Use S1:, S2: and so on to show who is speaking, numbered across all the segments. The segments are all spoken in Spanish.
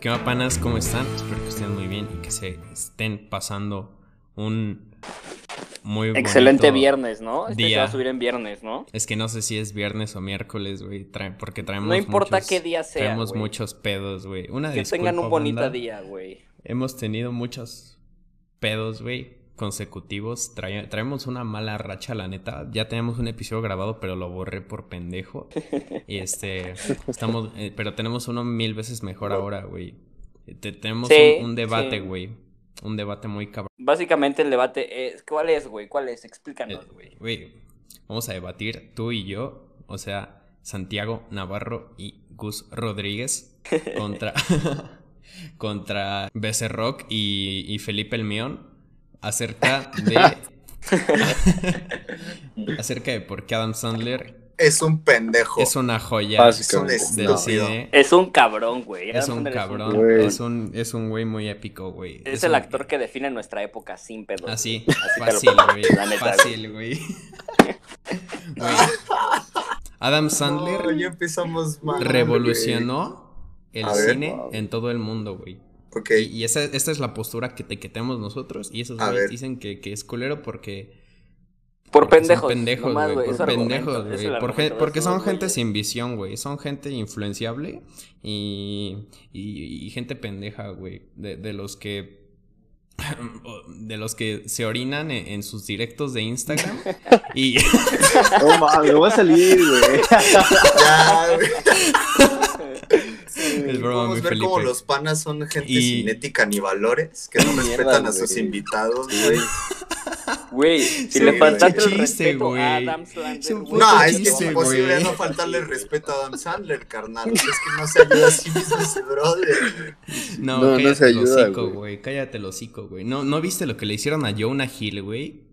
S1: ¿Qué va, panas? ¿Cómo están? Espero que estén muy bien y que se estén pasando un muy
S2: Excelente
S1: bonito
S2: viernes, ¿no? Este se
S1: día.
S2: va a subir en viernes, ¿no?
S1: Es que no sé si es viernes o miércoles, güey, trae- porque traemos
S2: No importa
S1: muchos-
S2: qué día sea,
S1: Traemos
S2: güey.
S1: muchos pedos, güey. Una
S2: Que tengan
S1: disculpa,
S2: un bonito
S1: banda.
S2: día, güey.
S1: Hemos tenido muchos pedos, güey, consecutivos. Trae- traemos una mala racha, la neta. Ya tenemos un episodio grabado, pero lo borré por pendejo. Y este, estamos, eh, pero tenemos uno mil veces mejor ahora, güey. Te- tenemos
S2: Sí,
S1: un, un debate,
S2: sí.
S1: güey. Un debate muy cabrón.
S2: Básicamente el debate es, ¿cuál es, güey? ¿Cuál es?
S1: Eh,
S2: Explícanos, güey.
S1: Güey, vamos a debatir tú y yo, o sea, Santiago Navarro y Gus Rodríguez contra, contra Becerroc y, y Felipe El Mion acerca de acerca de por qué Adam Sandler
S3: Es un pendejo.
S1: es una joya
S3: Es un
S4: Básicamente.
S1: del
S3: estúpido.
S1: cine.
S2: Es un cabrón, güey.
S1: Es un
S2: Adam Sandler
S1: cabrón,
S4: Güey.
S1: es un, es un güey muy épico, güey.
S2: Es
S1: Es
S2: el
S1: un-
S2: actor que define nuestra época sin pedo.
S1: Así,
S2: Pues, Así te lo
S1: fácil,
S2: pongo,
S1: güey.
S2: la neta, güey.
S1: Fácil, güey. Güey, Adam Sandler
S3: No, ya empezamos mal.
S1: revolucionó el
S3: A ver.
S1: cine en todo el mundo, güey.
S3: güey. Ok,
S1: Y, y esa, esta es la postura que, te, que tenemos nosotros. Y esos
S3: A
S1: güeyes
S3: ver.
S1: dicen que, que es culero porque.
S2: Por
S1: porque son
S2: pendejos.
S1: pendejos,
S2: nomás,
S1: güey,
S2: güey, es
S1: Por
S2: argumento,
S1: pendejos,
S2: es
S1: güey.
S2: el
S1: por
S2: argumento
S1: gen-
S2: de
S1: porque
S2: esos
S1: son gente
S2: güeyes.
S1: sin visión, güey. Son gente influenciable y, y- y gente pendeja, güey. De, de los que. De los que se orinan en, en sus directos de Instagram. y.
S4: No mames, no va a salir, güey.
S3: ya, güey.
S1: es broma,
S3: Podemos
S1: mi
S3: ver
S1: Felipe.
S3: cómo los panas son gente
S1: Y-
S3: sin ética ni valores, que no
S4: Mierda,
S3: respetan a
S4: güey.
S3: sus invitados, güey.
S2: Güey, si
S3: Sí,
S2: le
S3: güey.
S2: faltaste el
S1: Chiste,
S2: respeto a
S1: güey.
S2: Adam
S1: Es
S2: Sandler,
S1: un
S2: güey,
S1: puto
S3: No,
S2: te
S3: es que es
S1: chiste,
S2: vale
S3: imposible
S1: güey.
S3: no faltarle respeto a Adam Sandler, carnal. Es que no se ayuda a sí mismo ese brother.
S1: No,
S4: No, no
S1: cállate
S4: se ayuda,
S1: el hocico,
S4: güey.
S1: güey. Cállate el hocico, güey. No, ¿No viste lo que le hicieron a Jonah Hill, güey?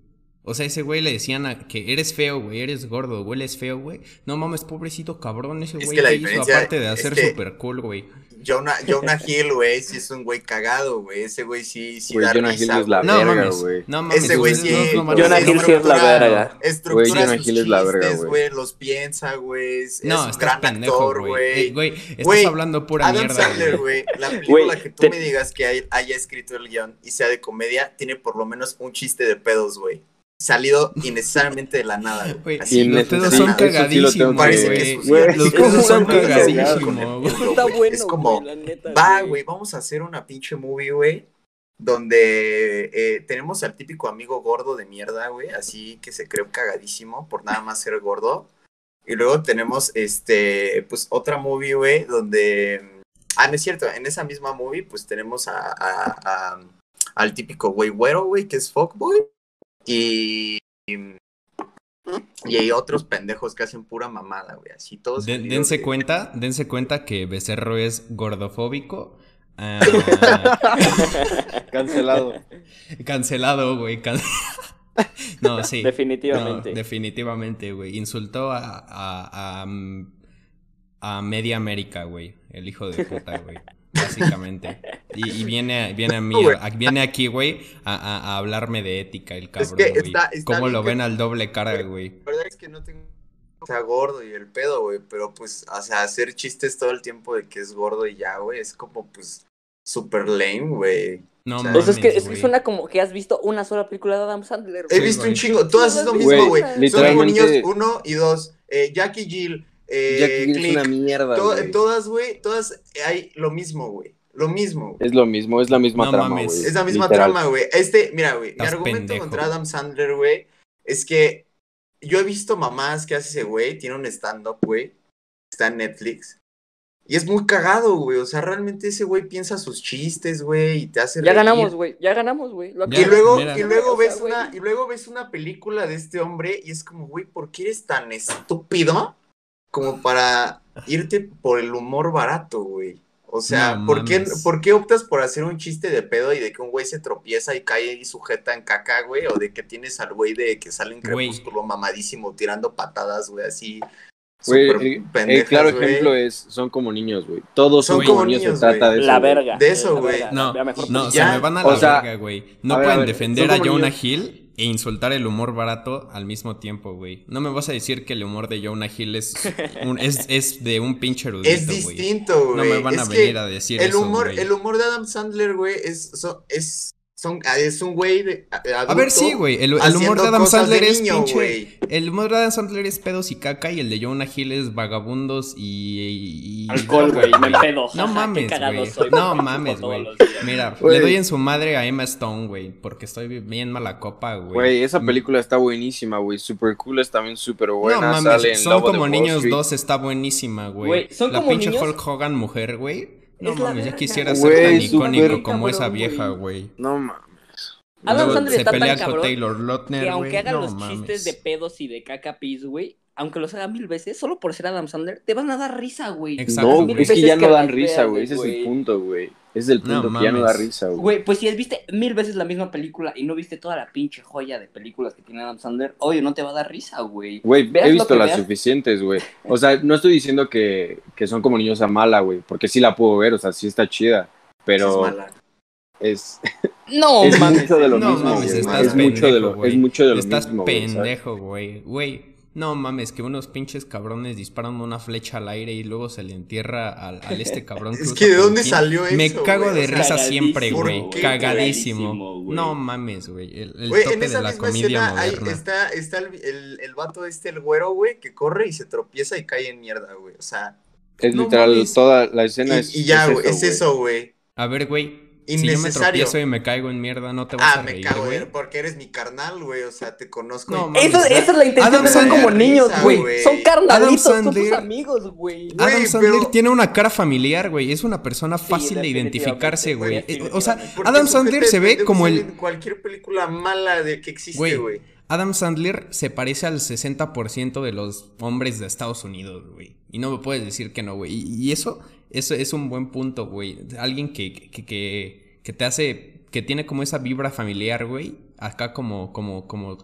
S1: O sea, ese güey le decían a- que eres feo, güey, eres gordo, güey, eres feo, güey. No mames, pobrecito cabrón, ese
S3: Es
S1: güey
S3: que la
S1: ¿qué hizo
S3: diferencia
S1: aparte de
S3: es
S1: hacer
S3: que-
S1: super cool, güey.
S3: Jonah, Jonah Hill, güey, sí es un güey cagado, güey. Ese güey sí, sí
S4: Güey,
S3: da
S4: Jonah
S3: risa,
S4: Hill Pues es la
S3: güey.
S1: No
S4: verga,
S1: mames,
S4: güey.
S1: no mames.
S3: Ese güey sí.
S1: ustedes dos no mames.
S2: Jonah Hill sí es la
S3: Estructura-
S2: verga.
S3: Estructura
S4: Güey, Jonah
S3: sus
S4: Hill es la verga,
S3: chistes,
S4: güey.
S3: güey. Los piensa, güey. Es, es
S1: No,
S3: un
S1: estás
S3: gran
S1: pendejo,
S3: actor,
S1: güey. Eh,
S3: güey.
S1: Güey, estás
S3: Güey,
S1: hablando pura
S3: Adam
S1: mierda,
S3: Sandler,
S1: güey.
S3: güey, la película
S2: Güey,
S3: que tú
S2: te-
S3: me digas que hay- haya escrito el guión y sea de comedia, tiene por lo menos un chiste de pedos, güey. Salido innecesariamente de la nada, güey.
S1: Güey,
S3: Así,
S4: Y
S1: los dedos
S4: sí,
S1: son
S4: eso sí lo
S1: cagadísimos,
S4: tengo que-
S3: parece que
S1: güey.
S3: sus
S4: Güey,
S3: guiones
S1: Los
S4: ¿cómo
S1: dedos son
S4: van a cagar?
S1: cagadísimos, güey.
S2: Está
S3: güey.
S2: bueno,
S3: Es como,
S2: güey, la neta,
S3: va, güey, vamos a hacer una pinche movie, güey, donde eh, tenemos al típico amigo gordo de mierda, güey, así que se cree un cagadísimo por nada más ser gordo. Y luego tenemos, este, pues otra movie, güey, donde... Ah, no es cierto, en esa misma movie, pues tenemos a, a- a- al típico güey güero, güey, que es fuckboy. Y... Y hay otros pendejos que hacen pura mamada, güey, así todos...
S1: Den-
S3: salidos
S1: dense
S3: de-
S1: cuenta, dense cuenta que Becerro es gordofóbico. Ah,
S4: Cancelado.
S1: cancelado, güey. can- no, sí.
S2: Definitivamente.
S1: No, definitivamente, güey. Insultó a, a, a, mm, a media América, güey. El hijo de puta, güey. Básicamente. Y, y viene, a- viene a mí,
S3: No, güey.
S1: a- viene aquí, güey, a, a- a hablarme de ética, el
S3: Es
S1: cabrón,
S3: que
S1: güey.
S3: está- está
S1: ¿Cómo
S3: bien
S1: lo
S3: que-
S1: ven al doble cara, güey?
S3: La verdad es que no tengo o sea gordo y el pedo, güey, pero pues, o sea, hacer chistes todo el tiempo de que es gordo y ya, güey, es como pues super lame, güey.
S1: No
S3: O sea,
S2: O sea, es que,
S1: mames,
S2: es que
S1: güey.
S2: suena como que has visto una sola película de Adam Sandler.
S3: He
S2: güey.
S3: visto
S1: güey.
S3: un chingo, todas es lo
S2: Güey,
S3: mismo, güey. Son como
S4: literalmente-
S3: niños uno y dos, eh, Jackie Jill, eh,
S4: Jackie Gill es
S3: Click,
S4: una mierda,
S3: to-
S4: güey.
S3: todas, güey, todas eh, hay lo mismo, güey, lo mismo. güey.
S4: Es lo mismo, es la misma
S1: No
S4: trama,
S1: mames.
S4: güey.
S3: Es la misma
S4: Literal.
S3: trama, güey. Este, mira, güey, mi
S1: Estás
S3: argumento
S1: pendejo.
S3: contra Adam Sandler, güey, es que yo he visto mamás que hace ese güey, tiene un stand-up, güey, está en Netflix. Y es muy cagado, güey. O sea, realmente ese güey piensa sus chistes, güey, y te hace
S2: Ya
S3: reír.
S2: ganamos, güey. Ya ganamos, güey. Lo
S1: Ya,
S3: Y
S2: acabamos.
S3: luego,
S1: mira.
S3: y luego
S2: O sea,
S3: ves
S2: güey.
S3: una, y luego ves una película de este hombre y es como, güey, ¿por qué eres tan estúpido? Como para irte por el humor barato, güey. O sea,
S1: No
S3: ¿por, qué,
S1: mames.
S3: ¿por qué optas por hacer un chiste de pedo y de que un güey se tropieza y cae y sujeta en caca, güey? O de que tienes al güey de que sale en
S1: Güey.
S3: crepúsculo mamadísimo tirando patadas, güey, así.
S4: Güey,
S3: súper
S4: el, el
S3: pendejas,
S4: claro
S3: güey.
S4: ejemplo es, son como niños, güey. Todos son,
S1: Son
S4: como
S3: como
S4: niños,
S3: niños,
S4: se trata de eso.
S2: La
S4: güey.
S2: verga.
S3: De eso,
S2: la
S3: güey.
S2: verga,
S1: No,
S2: la mejor
S1: no,
S2: película.
S1: se
S3: Ya.
S1: me van a
S4: pues, O
S1: la
S4: sea,
S1: verga, güey. No
S4: a ver,
S1: pueden
S4: a ver,
S1: defender
S4: son
S1: a
S4: como
S1: Jonah
S4: niños.
S1: Hill e insultar el humor barato al mismo tiempo, güey. No me vas a decir que el humor de Jonah Hill es, un- es, es de un pinche erudito,
S3: Es
S1: güey.
S3: distinto,
S1: No
S3: güey.
S1: me van
S3: es
S1: a
S3: que
S1: venir a decir
S3: el
S1: eso,
S3: humor,
S1: güey.
S3: el humor de Adam Sandler, güey, es, son- es, son, ah, es un güey de
S1: A ver, sí, güey. El, el humor de Adam Sandler es pinche. El humor de Adam Sandler es pedos y caca y el de Jonah Hill es vagabundos y. y- y-
S5: Alcohol, güey, me pedo.
S1: No
S5: jaja,
S1: mames,
S5: qué cagado
S1: güey.
S5: soy,
S1: No
S5: me
S1: mames,
S5: chupo
S1: güey.
S5: todos los días.
S1: Mira,
S4: Güey.
S1: le doy en su madre a Emma Stone, güey, porque estoy bien mala copa, güey.
S4: Güey, esa
S1: Mm.
S4: película está buenísima, güey. Super cool, es también súper buena.
S1: No mames,
S4: Sale en
S1: son
S4: Lobo de
S1: como
S4: Wall
S1: niños
S4: Street.
S1: dos, está buenísima, güey.
S5: Güey, son
S1: La
S5: como
S1: pinche
S5: niños-
S1: Hulk Hogan mujer, güey. No
S5: Es la
S1: mames, ya
S5: verga.
S1: quisiera ser
S4: Güey,
S1: tan
S4: súper
S1: icónico como
S5: cabrón,
S1: esa
S5: güey.
S1: vieja, güey.
S4: No mames.
S1: Y
S5: Adam
S1: luego
S5: Sandler
S1: se
S5: está tan
S1: pelea con
S5: cabrón
S1: Taylor Lautner,
S5: Que
S1: güey.
S5: aunque haga
S1: no
S5: los
S1: mames.
S5: chistes de pedos y de caca pis, güey, aunque los haga mil veces, solo por ser Adam Sandler, te van a dar risa, güey.
S1: Exacto,
S4: No,
S1: güey.
S4: es que
S5: Veces
S4: ya
S5: que
S4: no dan
S5: las
S4: risa,
S5: veas,
S4: güey. Ese es el
S5: güey.
S4: punto, güey. Ese es el
S1: No
S4: punto, que ya no da
S1: mames.
S4: risa, güey.
S5: Güey, pues si viste mil veces la misma película y no viste toda la pinche joya de películas que tiene Adam Sandler, obvio, no te va a dar risa, güey.
S4: Güey,
S5: Veas
S4: he
S5: lo
S4: visto
S5: que
S4: las
S5: veas.
S4: suficientes, güey. O sea, no estoy diciendo que, que son como niños a mala, güey. Porque sí la puedo ver, o sea, sí está chida. Pero es,
S5: No,
S4: es
S5: mames.
S4: mucho de lo
S1: No
S4: mismo,
S1: Oh, mames,
S4: güey.
S1: estás
S4: Es mucho de lo,
S1: pendejo,
S4: es mucho de lo
S1: Estás
S4: mismo, güey, ¿sabes?
S1: pendejo, güey. Güey, no mames, que unos pinches cabrones disparan una flecha al aire y luego se le entierra al, al este cabrón.
S3: Es
S1: usa
S3: que ¿de dónde
S1: Putin.
S3: salió eso?
S1: Me cago
S3: güey?
S1: de
S3: O sea,
S1: risa
S5: cagadísimo,
S1: siempre, güey.
S3: ¿por qué?
S1: Cagadísimo.
S5: Cagadísimo, güey.
S1: No mames, güey. El, el
S3: Güey, en
S1: tope
S3: esa
S1: de la
S3: misma
S1: comedia
S3: escena ahí
S1: moderna.
S3: está, está el, el, el vato este, el güero, güey, que corre y se tropieza y cae en mierda, güey. O sea,
S4: Es
S1: No
S4: literal,
S1: mames.
S4: toda la
S3: y,
S4: escena es.
S3: y ya,
S4: es
S3: güey, es eso, güey.
S1: A ver, güey. Si yo me
S3: Innecesario.
S1: tropiezo y me caigo en mierda, no te vas
S3: Ah,
S1: a
S3: me
S1: reír,
S3: cago,
S1: güey.
S3: güey, porque eres mi carnal, güey. O sea, te conozco.
S1: No,
S3: y-
S1: mames.
S5: Eso- esa es la intención,
S1: Adam
S5: que son
S1: Sandler.
S5: como niños,
S3: Güey.
S5: güey. Son carnalitos,
S1: Adam
S5: son tus
S1: Sandler.
S5: amigos, güey.
S3: Güey,
S1: Adam Sandler
S3: pero-
S1: tiene una cara familiar, güey. Es una persona fácil de
S5: definitivamente,
S1: identificarse, güey.
S5: güey,
S1: Eh, O sea,
S5: definitivamente.
S3: Porque
S1: Adam
S3: ese ojete
S1: Sandler
S3: de
S1: se ve
S3: pendejo
S1: como
S3: sale
S1: el
S3: en cualquier película mala de que existe,
S1: Güey.
S3: güey.
S1: Adam Sandler se parece al 60% de los hombres de Estados Unidos, güey. Y no me puedes decir que no, güey. Y, y eso, eso es un buen punto, güey. Alguien que, que, que, que te hace, que tiene como esa vibra familiar, güey. Acá como, como, como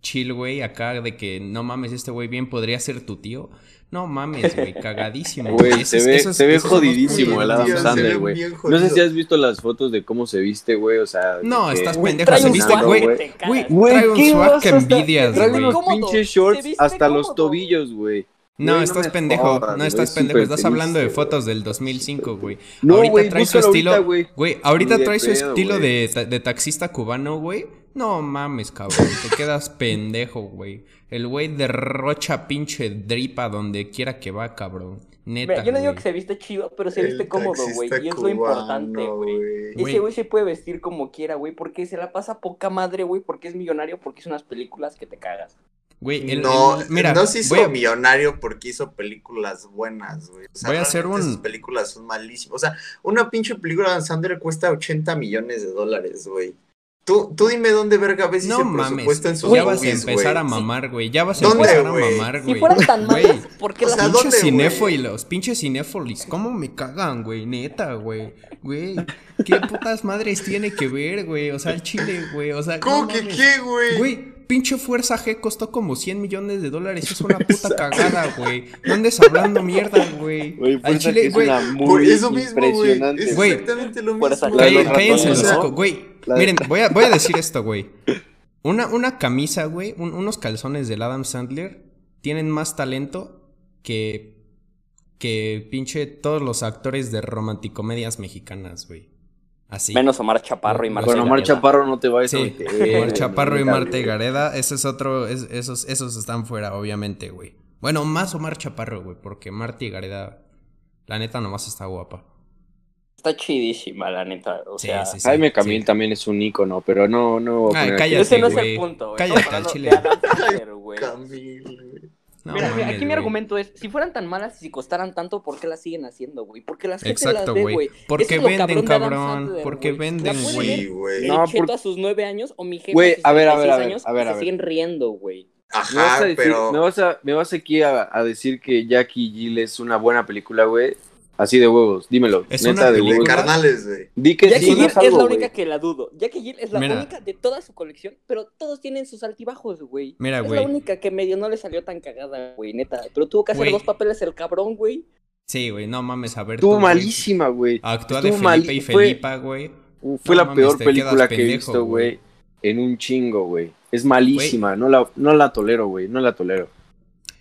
S1: chill, güey. Acá de que no mames, este güey bien podría ser tu tío. No mames, güey. Cagadísimo.
S4: Güey,
S1: Eso
S4: se
S1: es-
S4: ve,
S1: eso es-
S4: se ve
S1: esos son los
S4: jodidísimo
S1: puntos
S4: el
S1: de
S4: Adam
S1: vista.
S3: Dios, se
S4: Sandler,
S3: ve
S4: güey.
S3: bien
S4: No sé si
S3: jodido.
S4: has visto las fotos de cómo se viste, güey. O sea. de
S1: No,
S4: que-
S1: estás
S5: Güey,
S1: pendejo.
S5: trae
S1: Se
S5: un
S1: viste,
S5: swag
S1: güey.
S5: de caras,
S1: Güey,
S5: güey.
S1: trae un
S4: qué
S1: swag que
S4: oso está-
S1: envidias,
S4: Trae
S1: güey.
S4: unos
S5: Cómodo,
S4: pinches
S5: se
S4: shorts
S5: viste
S4: hasta los
S5: cómodo.
S4: tobillos, güey.
S1: No,
S4: Güey, no
S1: estás
S4: me
S1: pendejo,
S4: jodas,
S1: no
S4: güey,
S1: estás
S4: es
S1: pendejo,
S4: súper
S1: estás hablando de
S4: triste,
S1: fotos
S4: güey.
S1: del 2005, güey.
S4: No,
S1: ahorita
S4: güey,
S1: trae su
S4: búscalo
S1: estilo,
S4: ahorita, güey.
S1: güey, ahorita
S4: Ni de
S1: trae su
S4: pedo,
S1: estilo
S4: güey.
S1: de, ta- de taxista cubano, güey. No mames, cabrón, te quedas pendejo, güey. El güey derrocha pinche dripa donde quiera que va, cabrón. Neta,
S5: Mira, yo no digo
S1: güey.
S5: que se viste chido, pero se
S3: El
S5: viste cómodo, güey.
S3: taxista
S5: Y es lo
S3: cubano,
S5: importante, güey.
S1: Güey.
S5: Ese güey se puede vestir como quiera, güey, porque se la pasa poca madre, güey, porque es millonario, porque hizo unas películas que te cagas.
S1: Güey, el-
S3: No, eh,
S1: el- mira,
S3: no se hizo
S1: voy a-
S3: millonario porque hizo películas buenas, güey. O sea,
S1: Voy a hacer
S3: realmente
S1: un-
S3: Sus películas son malísimas. O sea, una pinche película de Adam Sandler cuesta 80 millones de dólares, güey. Tú, tú dime dónde verga ves
S1: no
S3: ese
S1: mames,
S3: presupuesto en sus
S1: ya vas a
S3: movies,
S1: empezar
S3: güey.
S1: a mamar, güey. Ya vas a
S3: ¿Dónde,
S1: empezar a
S3: güey?
S1: mamar, güey.
S5: Si fueran tan
S1: Güey.
S5: malas, ¿por qué
S3: O
S5: las
S3: sea,
S1: pinches
S3: ¿dónde, güey?
S1: cinéfilos, pinches cinéfilis, cómo me cagan, güey, neta, güey, güey, qué putas madres tiene que ver, güey, o sea, el chile, güey, o sea,
S3: ¿Cómo
S1: no
S3: que
S1: mames.
S3: qué, güey?
S1: Güey, pinche Fuerza G costó como 100 millones de dólares, es una puta cagada, güey, no andes hablando mierda, güey,
S4: Güey,
S1: al
S4: fuerza que
S1: chile,
S4: es
S1: güey,
S4: una
S3: Por
S4: muy
S3: eso mismo, güey. Es
S4: impresionante.
S1: Güey.
S3: exactamente lo mismo.
S5: Por esa-
S1: Cáll-
S4: La de los
S1: Cállense
S4: ratones,
S1: los
S4: ¿no?
S1: hocico, güey.
S4: La de-
S1: Miren, voy a, voy a decir esto, güey. Una, una camisa, güey, un- unos calzones del Adam Sandler tienen más talento que. que pinche todos los actores de romanticomedias mexicanas, güey. Así.
S5: Menos Omar Chaparro y
S1: Con
S5: Marta.
S4: Bueno, Omar Chaparro no te va a
S1: Sí,
S4: meter,
S1: Omar
S4: güey,
S1: Chaparro y
S4: neta,
S1: Marta
S4: güey.
S1: Gareda, ese es otro, es- esos, esos están fuera, obviamente, güey. Bueno, más Omar Chaparro, güey, porque Marta Gareda, la neta, nomás está guapa.
S5: Está chidísima, la neta. O
S1: Sí,
S5: sea,
S1: sí, sí,
S4: Jaime
S1: sí.
S4: Camil también es un ícono, pero no, no. voy a
S1: Ay,
S4: poner
S1: cállate,
S5: ese no es
S1: güey.
S5: el punto, güey.
S1: Cállate,
S5: Estamos
S1: al
S5: hablando
S1: chile.
S5: de Adam Sandler, güey.
S3: Camil, güey.
S1: No
S5: Mira, mira,
S1: mames,
S5: aquí mi
S1: güey.
S5: argumento es, si fueran tan malas y si costaran tanto, ¿por qué las siguen haciendo, güey? Porque la gente
S1: Exacto,
S5: las ve,
S1: güey.
S5: güey.
S1: Porque
S5: Eso es lo
S1: venden,
S5: cabrón de Adam
S1: cabrón.
S5: Sandler,
S1: Porque
S5: güey.
S1: venden,
S5: La pueden
S1: güey.
S3: Sí, güey.
S5: El
S4: No,
S5: cheto
S4: porque-
S5: a sus nueve años o mi jefe
S4: Güey,
S5: a sus
S4: a ver, a ver, a
S5: 36
S4: ver,
S5: años
S4: a
S5: y
S4: ver, a
S5: se
S4: ver.
S5: siguen riendo, güey.
S4: Me vas
S3: Ajá,
S4: a decir-
S3: Ah, pero.
S4: me, vas a- me vas aquí a, a decir que Jackie Gill es una buena película, güey. Así de huevos, dímelo.
S1: Es
S4: neta
S1: una
S4: de
S1: película-
S3: de
S4: huevos.
S3: carnales, güey.
S4: Di que
S5: Jackie
S4: sí, no
S5: Gill
S4: es
S5: es,
S4: algo,
S5: la
S4: güey.
S5: única que la dudo. Jackie Gill es la
S1: Mira.
S5: única de toda su colección, pero todos tienen sus altibajos, güey.
S1: Mira,
S5: es
S1: güey.
S5: la única que medio no le salió tan cagada, güey, neta. Pero tuvo que hacer
S1: Güey.
S5: dos papeles el cabrón, güey.
S1: Sí, güey, no mames, a ver. tú,
S4: Estuvo
S1: güey.
S4: malísima, güey.
S1: Actúa de
S4: Estuvo
S1: Felipe
S4: mal-
S1: y
S4: fue-
S1: Felipa, güey.
S4: Fue
S1: Ah, No
S4: la
S1: mames,
S4: peor
S1: te
S4: película
S1: quedas
S4: que he
S1: pendejo,
S4: visto, güey. en un chingo, güey. Es malísima, no la, no la tolero, güey, no la tolero.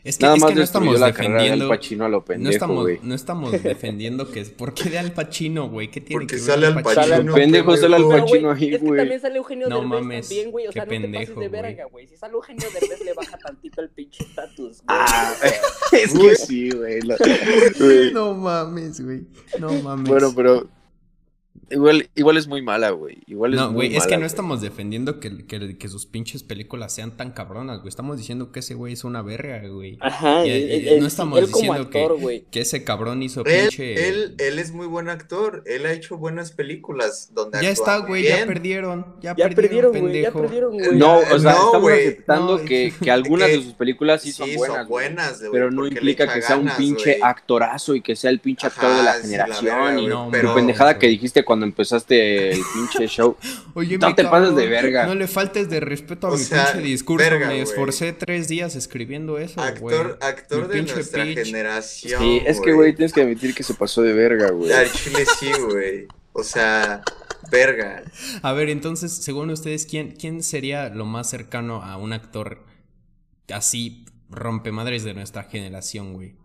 S1: Es que, es que no
S4: destruyó
S1: estamos
S4: la carrera de Al
S1: defendiendo.
S4: Pacino a lo
S1: No
S4: pendejo,
S1: estamos,
S4: güey.
S1: no estamos defendiendo que es. ¿Por qué de Al Pacino, güey? ¿Qué tiene
S3: Porque
S1: que ver
S3: sale Al
S4: Pacino.
S3: Pacino.
S4: Pendejo, sale Al
S3: pendejo.
S4: Pacino.
S5: Pero, güey,
S4: ahí,
S5: es que
S4: güey.
S5: también sale Eugenio
S1: No
S5: Derbez
S1: mames,
S5: también, güey. O
S1: qué
S5: sea, no te
S1: pendejo,
S5: pases de
S1: güey.
S5: verga, güey. Si sale Eugenio Derbez, le baja tantito el pinche estatus, güey.
S4: Ah, es que sí, güey. la- güey.
S1: No mames, güey. No mames.
S4: Bueno, pero igual, igual es muy mala, güey. Igual es
S1: No,
S4: muy
S1: güey, es
S4: mala,
S1: que no estamos defendiendo que, que, que sus pinches películas sean tan cabronas, güey. Estamos diciendo que ese güey es una verga, güey.
S4: Ah.
S5: Ajá,
S1: Y-
S5: eh,
S1: y-
S5: eh,
S1: no
S5: eh,
S1: estamos
S5: él como
S1: diciendo que-
S5: actor, güey.
S1: Que ese cabrón hizo
S3: Él,
S1: pinche.
S3: él, él es muy buen actor, él ha hecho buenas películas donde
S1: Ya
S3: actúa
S1: está,
S3: muy
S1: güey, ya
S3: bien.
S1: perdieron. Ya,
S5: Ya
S1: perdieron,
S5: perdieron, güey. Ya
S1: pendejo.
S5: perdieron,
S4: güey.
S5: güey.
S4: No, o sea,
S3: No,
S4: estamos
S3: güey.
S4: aceptando
S1: No,
S4: que, que algunas
S3: que-
S4: de sus películas sí,
S3: Sí,
S4: son buenas, güey,
S3: güey,
S4: pero no
S3: porque le
S4: implica
S3: echa
S4: que sea un
S3: ganas,
S4: pinche
S3: güey.
S4: actorazo y que sea el pinche actor
S3: Ajá,
S4: de la
S3: sí,
S4: generación
S3: verga,
S4: y
S3: güey,
S1: no,
S4: tu
S1: pero-
S4: pendejada que dijiste cuando empezaste el pinche show.
S1: Oye,
S4: No
S1: mi
S4: te pases de verga.
S1: No le faltes de respeto a
S3: O
S1: mi
S3: sea,
S1: pinche discurso.
S3: verga,
S1: me
S3: güey.
S1: esforcé tres días escribiendo eso, güey.
S3: Actor, actor
S1: Mi
S3: de
S1: pinche
S3: nuestra
S1: pitch.
S3: generación.
S4: Sí, es que, güey, tienes que admitir que se pasó de verga, güey.
S3: Al chile sí, güey. O sea, verga.
S1: A ver, entonces, según ustedes, ¿quién, quién sería lo más cercano a un actor así rompemadres de nuestra generación, güey?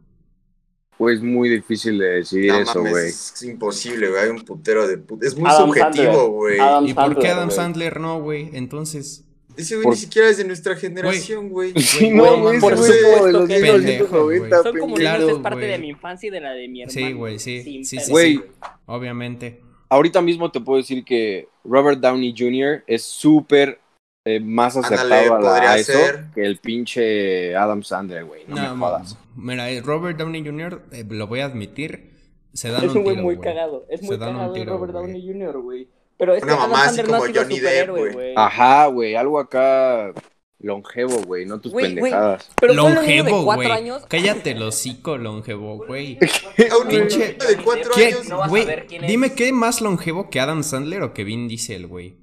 S4: Güey, es muy difícil de decidir
S3: No
S4: eso,
S3: mames,
S4: güey.
S3: es imposible, güey. Hay un putero de put... Es muy
S5: Adam Sandler.
S3: subjetivo, güey.
S5: Adam
S1: ¿Y por qué
S5: Sandler,
S1: Adam
S5: güey.
S1: Sandler no, güey? Entonces,
S3: Ese güey
S4: Por-
S3: ni siquiera es de nuestra generación, güey.
S4: Sí,
S1: Güey, no, güey,
S4: por
S1: güey,
S4: eso como de los
S5: pendejo,
S4: 1990,
S5: Son como
S1: Claro,
S5: niños, es parte
S1: güey.
S5: de mi infancia y de la de mi hermano.
S1: Sí, güey, sí,
S5: Sin
S1: sí,
S5: pedo.
S1: sí,
S4: Güey,
S1: obviamente.
S4: ahorita mismo te puedo decir que Robert Downey Jr. es súper eh, más acertado
S3: Ándale,
S4: a, la-
S3: podría
S4: a eso
S3: ser.
S4: que el pinche Adam Sandler, güey. No,
S1: No,
S4: me jodas.
S1: Mira, eh, Robert Downey Jr., eh, lo voy a admitir, se dan
S5: Es
S1: un
S5: un güey
S1: tiro,
S5: muy
S1: güey.
S5: cagado. Es
S1: Se
S5: muy
S1: dan un
S5: cagado
S1: tiro,
S5: Robert
S1: güey.
S5: Downey Jr., güey. Pero es
S3: Una
S5: que Adam
S3: mamá así
S5: Sandler no ha
S3: como
S5: sido
S3: Johnny Depp,
S5: superhéroe,
S3: güey.
S5: güey.
S1: Ah,
S4: Ajá, güey, algo acá longevo, güey, no tus
S5: Güey, güey.
S4: pendejadas.
S5: Pero fue un niño de
S1: Longevo, güey.
S5: cuatro años.
S1: Cállate el hocico, longevo, güey.
S3: A un niño
S1: Pinche-
S3: de cuatro
S1: ¿Quién-
S3: años.
S5: No vas a
S1: güey,
S5: ver quién es.
S1: dime qué más longevo que Adam Sandler o que Vin Diesel, güey.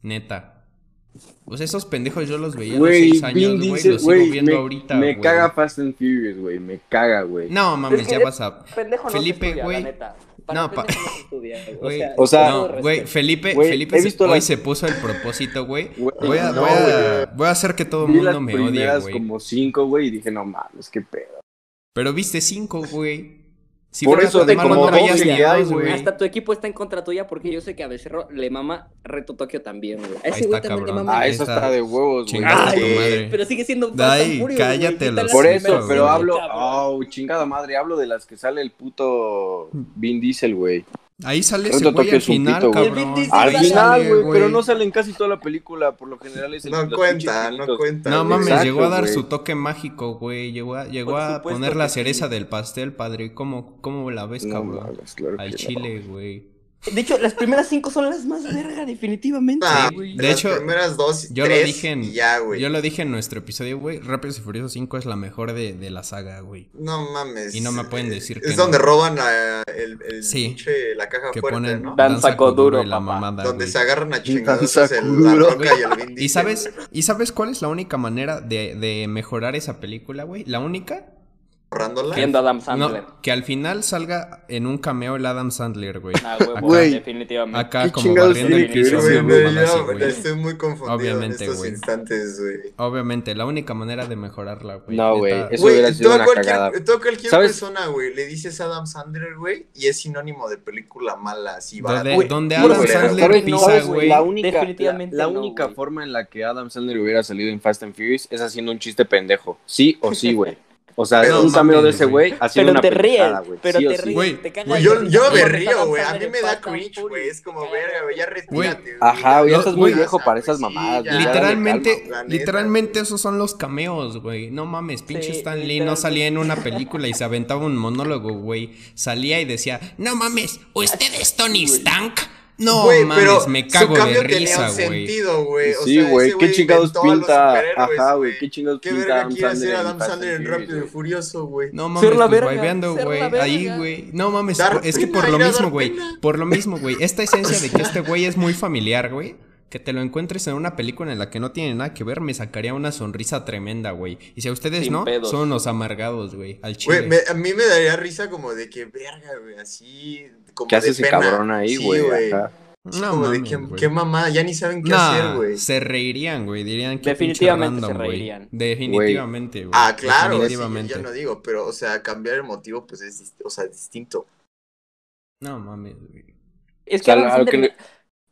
S1: Neta. Pues esos pendejos yo los veía a los
S4: Güey,
S1: seis años,
S4: Vin
S1: güey.
S4: Diesel,
S1: Los sigo
S4: güey,
S1: viendo
S4: me,
S1: ahorita,
S4: me
S1: güey.
S4: caga Fast and Furious, güey, me caga, güey.
S1: No, mames,
S5: Es que
S1: ya
S5: ya-
S1: vas a.
S5: Pendejo no se
S1: Felipe,
S5: estudia,
S1: güey.
S5: la neta.
S1: No,
S5: Para
S1: pa-
S5: pendejo no se estudia,
S1: Güey,
S5: güey.
S4: o sea,
S5: todo
S1: No,
S5: respeto.
S1: güey, Felipe,
S4: Güey,
S1: Felipe
S4: he
S1: se-
S4: visto
S1: hoy
S4: las-
S1: se puso el propósito, güey.
S4: Güey,
S1: Voy a,
S4: no,
S1: voy, a, voy a hacer que todo el
S4: Vi las
S1: mundo me odie,
S4: primeras
S1: güey.
S4: como cinco, güey, y dije, no mames, qué pedo.
S1: Pero viste cinco, güey. Si
S4: Por
S1: fuera
S4: eso
S1: tan
S4: de
S1: malo,
S4: como
S1: no veías
S4: doce
S1: ni
S4: que hay,
S1: dos,
S4: güey.
S1: güey.
S5: Hasta tu equipo está en contra tuya porque yo sé que a Becerro le mama Reto Tokio también, güey. A
S1: Ahí
S5: ese
S1: está,
S5: güey también le
S1: cabrón.
S5: mama.
S4: Ah,
S1: Ahí
S4: eso
S1: está.
S4: está de huevos, güey.
S1: Chingaste a tu
S3: Ay,
S1: madre.
S5: Pero sigue siendo un
S1: Ay,
S5: Fast and Furious, güey.
S1: cállate
S5: Quítale
S1: los-
S5: la
S4: Por
S1: Sí,
S4: eso,
S1: pero-
S4: pero
S1: sí,
S4: hablo.
S5: cabrón.
S4: Oh, chingada madre, hablo de las que sale el puto Vin Diesel, güey.
S1: Ahí sale
S4: Creo
S1: ese
S4: que
S1: güey
S4: Tokio
S1: al
S4: es un
S1: final,
S4: pito, güey.
S1: cabrón.
S5: Vin Diesel
S1: Ahí
S4: Al
S5: sale,
S4: final, güey,
S1: güey.
S4: pero no sale en casi toda la película. Por lo general es el
S3: No
S4: los
S3: cuenta,
S4: pinches
S3: no
S4: chiquitos.
S3: cuenta.
S1: No
S3: güey.
S1: mames,
S4: Exacto,
S1: llegó a dar
S4: güey.
S1: su toque mágico, güey. Llegó a, llegó
S5: Por
S1: a
S5: supuesto
S1: poner la
S5: que sí.
S1: cereza del pastel, padre. ¿Cómo, cómo la ves,
S4: No
S1: cabrón?
S4: mames, claro que
S1: Al
S4: no.
S1: chile, güey.
S5: De hecho, las primeras cinco son las más verga, definitivamente,
S3: Ah,
S5: güey.
S1: de
S3: las
S1: hecho,
S3: primeras dos,
S1: Yo
S3: tres,
S1: lo dije en,
S3: y ya, güey.
S1: yo lo dije en nuestro episodio, güey. Rápidos y Furiosos 5 es la mejor de, de la saga, güey.
S3: No mames.
S1: Y no me pueden decir
S3: Es
S1: que no.
S3: donde roban la, el, el
S1: Sí.
S3: pinche- la caja
S1: Que
S3: fuerte,
S1: ponen
S3: ¿no?
S5: Dan- Danza
S1: con
S5: Kuduro,
S1: y la
S5: papá.
S1: mamada,
S3: Donde
S1: güey.
S3: se agarran a chingados
S4: Danza
S3: el la
S4: Kuduro.
S3: roca y el Vin
S1: ¿Y
S3: Diesel,
S1: sabes,
S3: güey.
S1: ¿Y sabes cuál es la única manera de, de mejorar esa película, güey? La única,
S3: Borrándola.
S5: Viendo a Adam
S1: no,
S5: Sandler.
S1: que al final salga en un cameo el Adam Sandler, güey.
S5: Ah, huevo,
S4: Güey.
S5: definitivamente.
S1: Acá
S4: ¿Qué
S1: como
S4: chingados
S1: barriendo el
S4: tiene que
S1: piso,
S3: Güey,
S4: ver,
S1: haciendo
S3: güey, este-
S1: mamadas,
S3: yo
S1: güey.
S3: estoy muy confundido
S1: Obviamente,
S3: en estos
S1: güey.
S3: instantes, güey.
S1: Obviamente, la única manera de mejorarla, güey.
S4: No, güey,
S1: Neta.
S4: Eso
S3: Güey,
S4: hubiera
S3: tú
S4: sido
S3: a
S4: una
S3: cualquier,
S4: cagada.
S3: tú a cualquier
S4: ¿Sabes?
S3: persona, güey, le dices Adam Sandler, güey, y es sinónimo de película mala, así barata.
S1: Donde,
S4: Güey,
S1: donde
S4: Puro,
S1: Eh, Adam
S3: güey,
S1: Sandler
S4: ¿sabes?
S1: pisa,
S4: ¿Sabes?
S1: güey.
S4: La única, la,
S5: Definitivamente
S4: la
S5: no,
S4: única
S5: güey.
S4: forma en la que Adam Sandler hubiera salido en Fast and Furious es haciendo un chiste pendejo. Sí o sí, güey. O sea,
S3: Pero
S4: un
S1: mames,
S4: cameo de ese
S1: güey.
S4: güey haciendo
S5: Pero
S4: una
S5: te ríes,
S4: pendejada, güey.
S5: pero
S4: Sí o
S5: te
S4: sí.
S5: ríes,
S1: Güey,
S5: te cagas.
S3: Güey,
S5: de
S3: yo,
S5: risa
S3: yo me
S5: porque
S3: río,
S5: Adam
S3: güey. A
S5: Sandler
S3: mí me
S5: en
S3: da
S5: Fast and
S3: cringe, güey.
S5: Furious.
S3: Es como, verga, güey, ya retírate, güey.
S4: Ajá, güey, ya
S1: No,
S4: estás muy
S1: güey.
S4: viejo para esas
S3: Sí,
S4: mamadas.
S3: ya.
S4: güey, ya dale
S1: Literalmente,
S4: calma.
S3: calma, la neta.
S1: literalmente esos son los cameos, güey. No mames, pinche
S5: Sí,
S1: Stan Lee no
S5: literalmente.
S1: salía en una película y se aventaba un monólogo, güey. Salía y decía, no mames, ¿usted es Tony Stank? No
S3: Güey,
S1: mames, me cago
S3: su cambio
S1: de risa,
S3: tenía un
S1: güey.
S3: sentido, güey. O
S4: Sí,
S3: sea,
S4: güey,
S3: ese
S4: qué chingados
S3: inventó a los
S4: pinta.
S3: superhéroes,
S4: Ajá, güey, qué chingados
S3: ¿Qué
S4: pinta
S3: verga
S4: Adam
S3: quiere hacer
S4: Sandler en
S3: Adam
S4: Fast
S3: Sandler
S4: and
S3: en
S4: Furious,
S3: Rápido y
S4: güey.
S3: Furioso, güey?
S1: No
S5: Ser
S1: mames,
S5: la
S1: pues
S5: verga,
S1: vibeando,
S5: ser la
S1: güey.
S5: verga.
S1: Ahí, güey. No mames,
S3: Dar
S1: por- es que
S3: pena,
S1: por lo
S3: ir a dar
S1: mismo, güey.
S3: pena.
S1: Por lo mismo, güey. Esta esencia de que este güey es muy familiar, güey. Que te lo encuentres en una película en la que no tiene nada que ver, me sacaría una sonrisa tremenda, güey. Y si a ustedes
S5: Sin
S1: no,
S5: pedos.
S1: son los amargados, güey. Al chile.
S3: Güey, me- a mí me daría risa como de que, verga, güey, así. Como
S4: ¿Qué hace
S3: de
S4: ese
S3: pena.
S4: cabrón ahí,
S3: Sí,
S4: güey? Ajá.
S3: Es como de
S1: mames,
S3: qué,
S1: güey.
S3: qué mamá, ya ni saben qué
S1: Nah,
S3: hacer, güey.
S1: Se reirían, güey. Dirían que.
S5: Definitivamente se reirían.
S1: Definitivamente, güey.
S3: Ah, claro, sí,
S1: Definitivamente.
S3: yo no digo, pero, o sea, cambiar el motivo, pues es, dist- o sea, distinto.
S1: no mames, güey.
S5: Es que
S4: O sea,
S5: Adam
S4: algo que
S5: Sandler,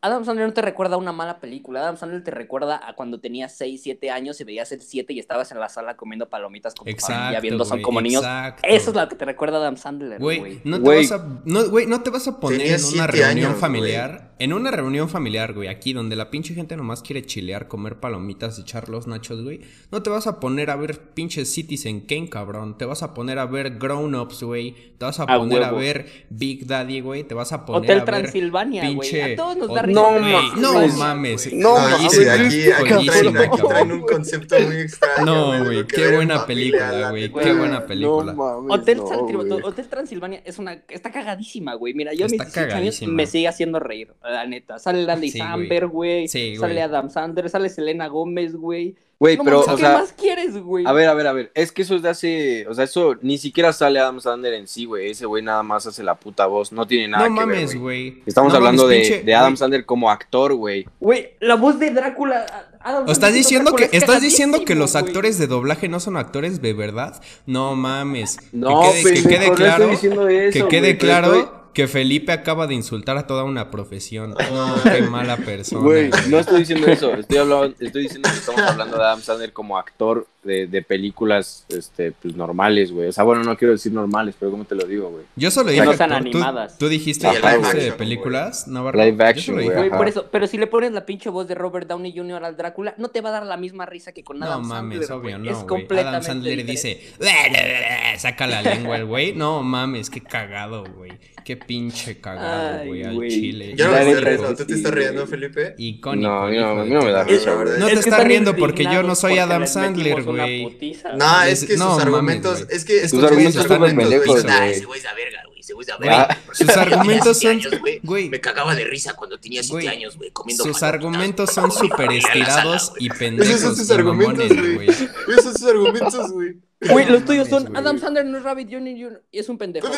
S5: Adam Sandler no te recuerda a una mala película. Adam Sandler te recuerda a cuando tenías 6, 7 años y veías el 7 y estabas en la sala comiendo palomitas con tu familia,
S1: Exacto.
S5: viendo Son
S1: güey,
S5: como niños.
S1: exacto.
S5: Eso es lo que te recuerda a Adam Sandler,
S1: Güey,
S5: güey.
S1: no, te
S4: Güey.
S1: vas a- no, güey, no te vas a poner
S3: Tenía
S1: en una
S3: siete
S1: reunión
S3: años,
S1: familiar. En una reunión familiar, güey, aquí donde la pinche gente nomás quiere chilear, comer palomitas, echar los nachos, güey. No te vas a poner a ver pinches Citizen Kane, cabrón. Te vas a poner a ver Grown Ups, güey. Te vas a,
S5: A
S1: poner a
S5: huevo.
S1: ver Big Daddy, güey. Te vas a poner
S5: Hotel
S1: a ver
S5: Transilvania, güey.
S1: pinche
S5: A todos nos da
S1: hotel-
S5: risa.
S4: No
S5: güey.
S4: mames.
S1: No
S5: Risa,
S1: mames.
S5: güey.
S4: No,
S3: Pues, No,
S4: mames,
S3: y de
S4: güey,
S3: aquí, aquí
S1: joyísima,
S3: traen, aquí
S1: cabrón.
S3: traen un concepto muy extraño.
S1: No,
S3: de lo
S1: güey,
S3: que
S1: qué
S3: era en
S1: buena
S3: familia,
S1: película,
S3: la
S1: güey,
S3: neta.
S5: qué
S1: buena película.
S4: No mames,
S5: Hotel,
S4: no,
S5: Transil-
S4: güey.
S5: Hotel Transilvania es una, está cagadísima, güey. Mira, yo a mis
S1: Está
S5: 18 años
S1: cagadísima.
S5: me sigue haciendo reír, la neta. Sale Andy
S1: Sí, güey.
S5: Samberg, güey.
S1: Sí,
S5: sale
S1: güey.
S5: Adam Sandler, sale Selena Gómez, güey.
S4: Güey,
S5: No
S4: pero,
S5: mames,
S4: o
S5: ¿qué
S4: sea,
S5: más quieres, güey?
S4: a ver, a ver, a ver. Es que eso es de hace. O sea, eso ni siquiera sale Adam Sandler en sí, güey. Ese güey nada más hace la puta voz. No tiene nada
S1: no
S4: que ver,
S1: mames,
S4: güey.
S1: güey.
S4: Estamos
S1: No
S4: hablando
S1: mames,
S4: de,
S1: pinche-
S4: de Adam
S1: güey.
S4: Sandler como actor, güey.
S5: Güey, la voz de Drácula. Adam
S1: ¿O
S5: Sandler
S1: estás
S5: es
S1: diciendo que
S5: Drácula, es
S1: estás diciendo que los
S5: cagadísimo,
S1: actores de doblaje no son actores de verdad? No mames.
S4: No,
S1: que quede, que
S4: pendejo,
S1: quede
S4: no
S1: claro,
S4: estoy diciendo eso,
S1: que quede
S4: güey, pero
S1: claro
S4: estoy-
S1: que Felipe acaba de insultar a toda una profesión. No, qué mala persona.
S4: Güey, no estoy diciendo eso. Estoy, hablando, estoy diciendo que estamos hablando de Adam Sandler como actor de, de películas este, pues, normales, güey. O sea, bueno, no quiero decir normales, pero ¿cómo te lo digo, güey?
S1: Yo solo dije
S5: Que no sean
S1: actor, tú-
S5: animadas.
S1: Tú, dijiste
S4: Ajá,
S1: aparte
S4: güey.
S1: de películas, no Barba?
S4: Live
S1: Yo solo
S4: action,
S1: dije-
S5: Güey,
S4: Ajá.
S5: por eso, pero si le pones la pinche voz de Robert Downey Jr. al Drácula, no te va a dar la misma risa que con
S1: No
S5: Adam
S1: mames,
S5: Sandler. güey.
S1: obvio, no.
S5: es
S1: güey.
S5: completamente
S1: Adam Sandler
S5: diferente.
S1: dice, "Bla, bla, bla", saca la lengua el güey. No mames, qué cagado, güey. Qué pinche cagado,
S5: Ay,
S1: güey, al
S5: güey.
S1: chile.
S3: Yo no me
S4: La
S3: estoy
S4: neta,
S3: riendo, ¿tú te
S4: sí,
S3: estás riendo,
S4: güey.
S3: Felipe?
S1: Icónico.
S4: No, a mí no-
S1: hijo de
S4: a mí no me
S1: tu
S4: da
S1: puta
S3: risa,
S1: madre.
S3: güey.
S1: No
S3: Es
S1: te
S5: que
S1: estás
S5: están
S1: riendo porque yo no
S5: indignados
S1: soy
S5: porque
S1: Adam
S5: les
S1: Sandler,
S5: metimos una
S1: güey.
S5: putiza.
S3: No,
S1: Dice-
S3: es que
S1: no,
S3: sus
S1: mames,
S3: argumentos,
S1: güey.
S3: es que estos
S4: argumentos
S3: güeyes
S4: están
S3: están
S4: pendejos,
S3: pendejos,
S4: güey. Ah.
S3: güey.
S6: Ah, ese güey es la verga, güey. Ese güey es la
S1: Güey,
S6: verga.
S1: sus argumentos son,
S6: Tenía siete años, güey.
S1: güey,
S6: Me cagaba de risa cuando tenía siete
S1: Güey,
S6: años, güey, comiendo
S1: sus
S6: palomitas
S1: argumentos
S6: con
S1: son
S6: mi
S1: súper
S6: familia en la sala,
S1: estirados
S6: güey.
S1: y pendejos.
S3: Esos son sus
S1: y
S3: argumentos,
S1: mamones,
S3: güey. Esos son sus argumentos, güey.
S5: Güey,
S1: No
S5: los tuyos
S1: mames,
S5: son
S1: güey.
S5: Adam Sandler no es Robert Downey Jr. y es un pendejo.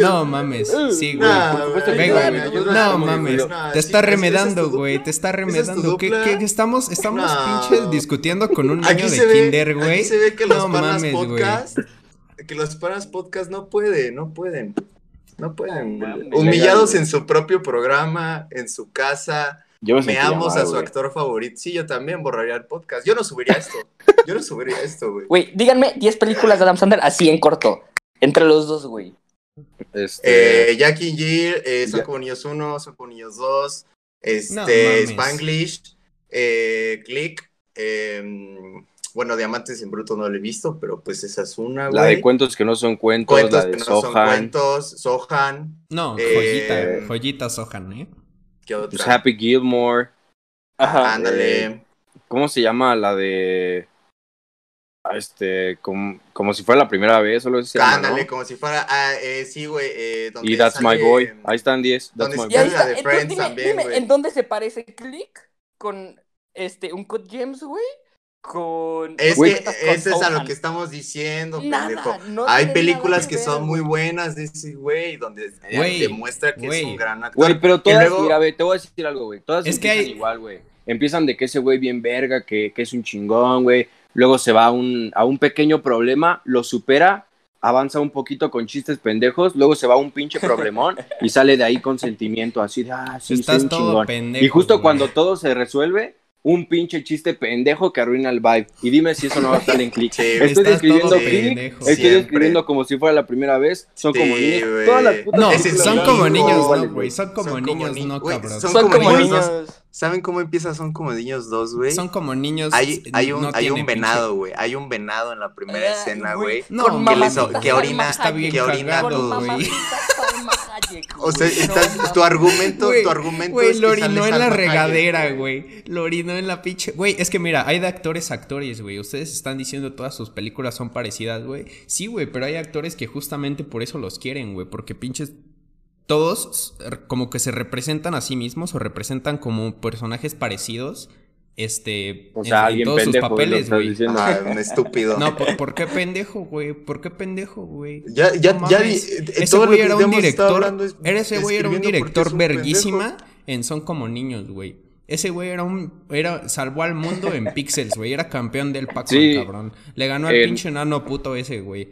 S1: No mames, sí, güey.
S3: Nah,
S1: Por
S3: güey,
S1: Güey,
S5: ayúdame,
S1: güey,
S5: ayúdame,
S1: no
S5: güey,
S1: mames,
S3: no,
S1: te
S3: sí,
S1: está
S3: es- esa es
S1: remedando,
S3: tu
S1: güey,
S3: dupla.
S1: te está
S3: es tu
S1: remedando. ¿Qué,
S3: dupla.
S1: qué- qué estamos estamos
S3: No.
S1: pinches discutiendo con un niño
S3: Aquí
S1: de
S3: se ve,
S1: kinder, güey?
S3: aquí se ve que los
S1: No
S3: panas
S1: mames, güey.
S3: podcast, que los panas podcast no pueden, no pueden. No pueden.
S5: No
S3: güey.
S5: mames.
S3: Humillados
S4: Legal,
S3: en su propio programa, en su casa.
S4: Yo me sentí
S3: Meamos
S4: llamado,
S3: a su
S4: güey.
S3: actor favorito. Sí, yo también borraría el podcast. Yo no subiría esto. Yo no subiría esto, güey.
S5: Güey, díganme 10 películas de Adam Sandler así en corto. Entre los dos, güey.
S4: Este,
S3: Eh, Jackie Jill, eh, son
S4: Ya.
S3: como niños 1, son como niños 2, este,
S1: No mames.
S3: Spanglish, eh, Click, em, bueno, Diamantes en Bruto no lo he visto, pero pues esa es una,
S4: la
S3: güey.
S4: de cuentos que no son cuentos,
S3: Cuentos
S4: la de
S3: que no son
S4: Sohan,
S3: cuentos, Sohan,
S1: No,
S3: Eh,
S1: joyita, joyita Sohan, ¿eh?
S3: ¿qué otra?
S4: pues, Happy Gilmore.
S5: Ajá.
S3: Ándale.
S4: eh, ¿Cómo se llama la de. ah, Este, como, como si fuera la primera vez, solo se llama,
S3: Ándale,
S4: ¿no?
S3: como si fuera, ah, eh, sí, güey, eh, donde
S4: Y That's My
S3: sale,
S4: Boy.
S3: em,
S4: Ahí están 10. That's
S3: ¿dónde
S4: My
S5: Y ahí
S4: Boy.
S5: está.
S3: está? la de
S5: Entonces,
S3: Friends
S5: dime,
S3: también,
S5: dime,
S3: güey.
S5: ¿en dónde se parece Click con este un Cod James, güey? Con
S3: Es
S4: Güey,
S3: que
S5: con
S3: eso es a lo
S5: Sohan.
S3: que estamos diciendo, pendejo.
S5: Nada, no
S3: Hay
S5: tiene
S3: películas
S5: nada
S3: que
S5: ver,
S3: son muy
S5: güey.
S3: buenas de ese güey, donde eh,
S1: Güey,
S3: demuestra que
S1: güey.
S3: es un gran actor.
S4: Güey, pero
S3: Y
S4: todas,
S3: luego-
S4: mira, güey, te voy a decir algo, güey. Todas
S1: Es que
S4: empiezan
S1: hay-
S4: igual, güey. Empiezan de que ese güey bien verga, que, que es un chingón, güey. Luego se va a un, a un pequeño problema, lo supera, avanza un poquito con chistes pendejos, luego se va a un pinche problemón y sale de ahí con sentimiento así de, ah, sí, soy
S1: Estás
S4: un
S1: todo
S4: chingón.
S1: pendejo.
S4: Y justo
S1: güey.
S4: cuando todo se resuelve, un pinche chiste pendejo que arruina el vibe. Y dime si eso no va a estar en clic.
S3: Sí,
S4: Estoy
S1: Estás
S4: describiendo
S1: todo
S4: clic,
S1: pendejo.
S4: estoy
S3: Siempre.
S4: describiendo como si fuera la primera vez. Son
S3: Sí,
S4: como niños.
S3: güey.
S4: Todas las putas
S1: No,
S3: Ese
S4: películas
S1: son
S4: son
S1: como niños,
S4: iguales,
S1: no, güey. Son como
S3: Son como
S1: niños,
S3: ni-
S1: no,
S3: güey,
S1: cabrón.
S3: son
S5: Son como
S3: como
S5: niños.
S3: ¿Saben cómo empieza Son como niños dos, güey?
S1: Son como niños.
S3: Hay, hay un,
S1: no
S3: hay
S1: tiene
S3: un
S1: pinche-
S3: venado, güey. Hay un venado en la primera
S5: Ay,
S3: escena,
S5: Ah, güey.
S3: güey.
S1: No,
S5: Con
S1: mames,
S3: que les-
S5: mamacitas
S3: que orina-
S5: Salma Hayek,
S3: que orina
S5: con
S1: todo, güey.
S5: mamacitas Salma Hayek,
S3: O sea,
S5: güey. No
S3: estás- tu
S5: mames.
S3: argumento,
S1: Güey,
S3: tu argumento
S1: Güey,
S3: es
S1: lo
S3: que sale
S1: orinó en la
S3: Salma Hayek,
S1: regadera, güey. Lo orinó en la pinche. Güey, es que mira, hay de actores a actores, güey. Ustedes están diciendo todas sus películas son parecidas, güey. Sí, güey, pero hay actores que justamente por eso los quieren, güey. Porque pinches. Todos eh, como que se representan a sí mismos o representan como personajes parecidos. Este.
S4: O sea, alguien pendejo, es lo que estás diciendo.
S3: Ah, un estúpido.
S1: No, ¿por, por qué pendejo, güey? ¿por qué pendejo, güey?
S3: ya, ya,
S1: No
S3: ya.
S1: mames.
S3: eh, eh,
S1: Ese
S3: todo lo
S1: güey
S3: que
S1: era un
S3: hemos estado
S1: director.
S3: hablando es
S1: Era ese güey era un
S3: describiendo por qué es
S1: director
S3: un
S1: verguísima.
S3: pendejo.
S1: en Son como niños, güey. Ese güey era un. Era, salvó al mundo en pixels, güey. Era campeón del Paco,
S4: Sí.
S1: cabrón. Le ganó al
S4: El-
S1: pinche nano puto ese, güey.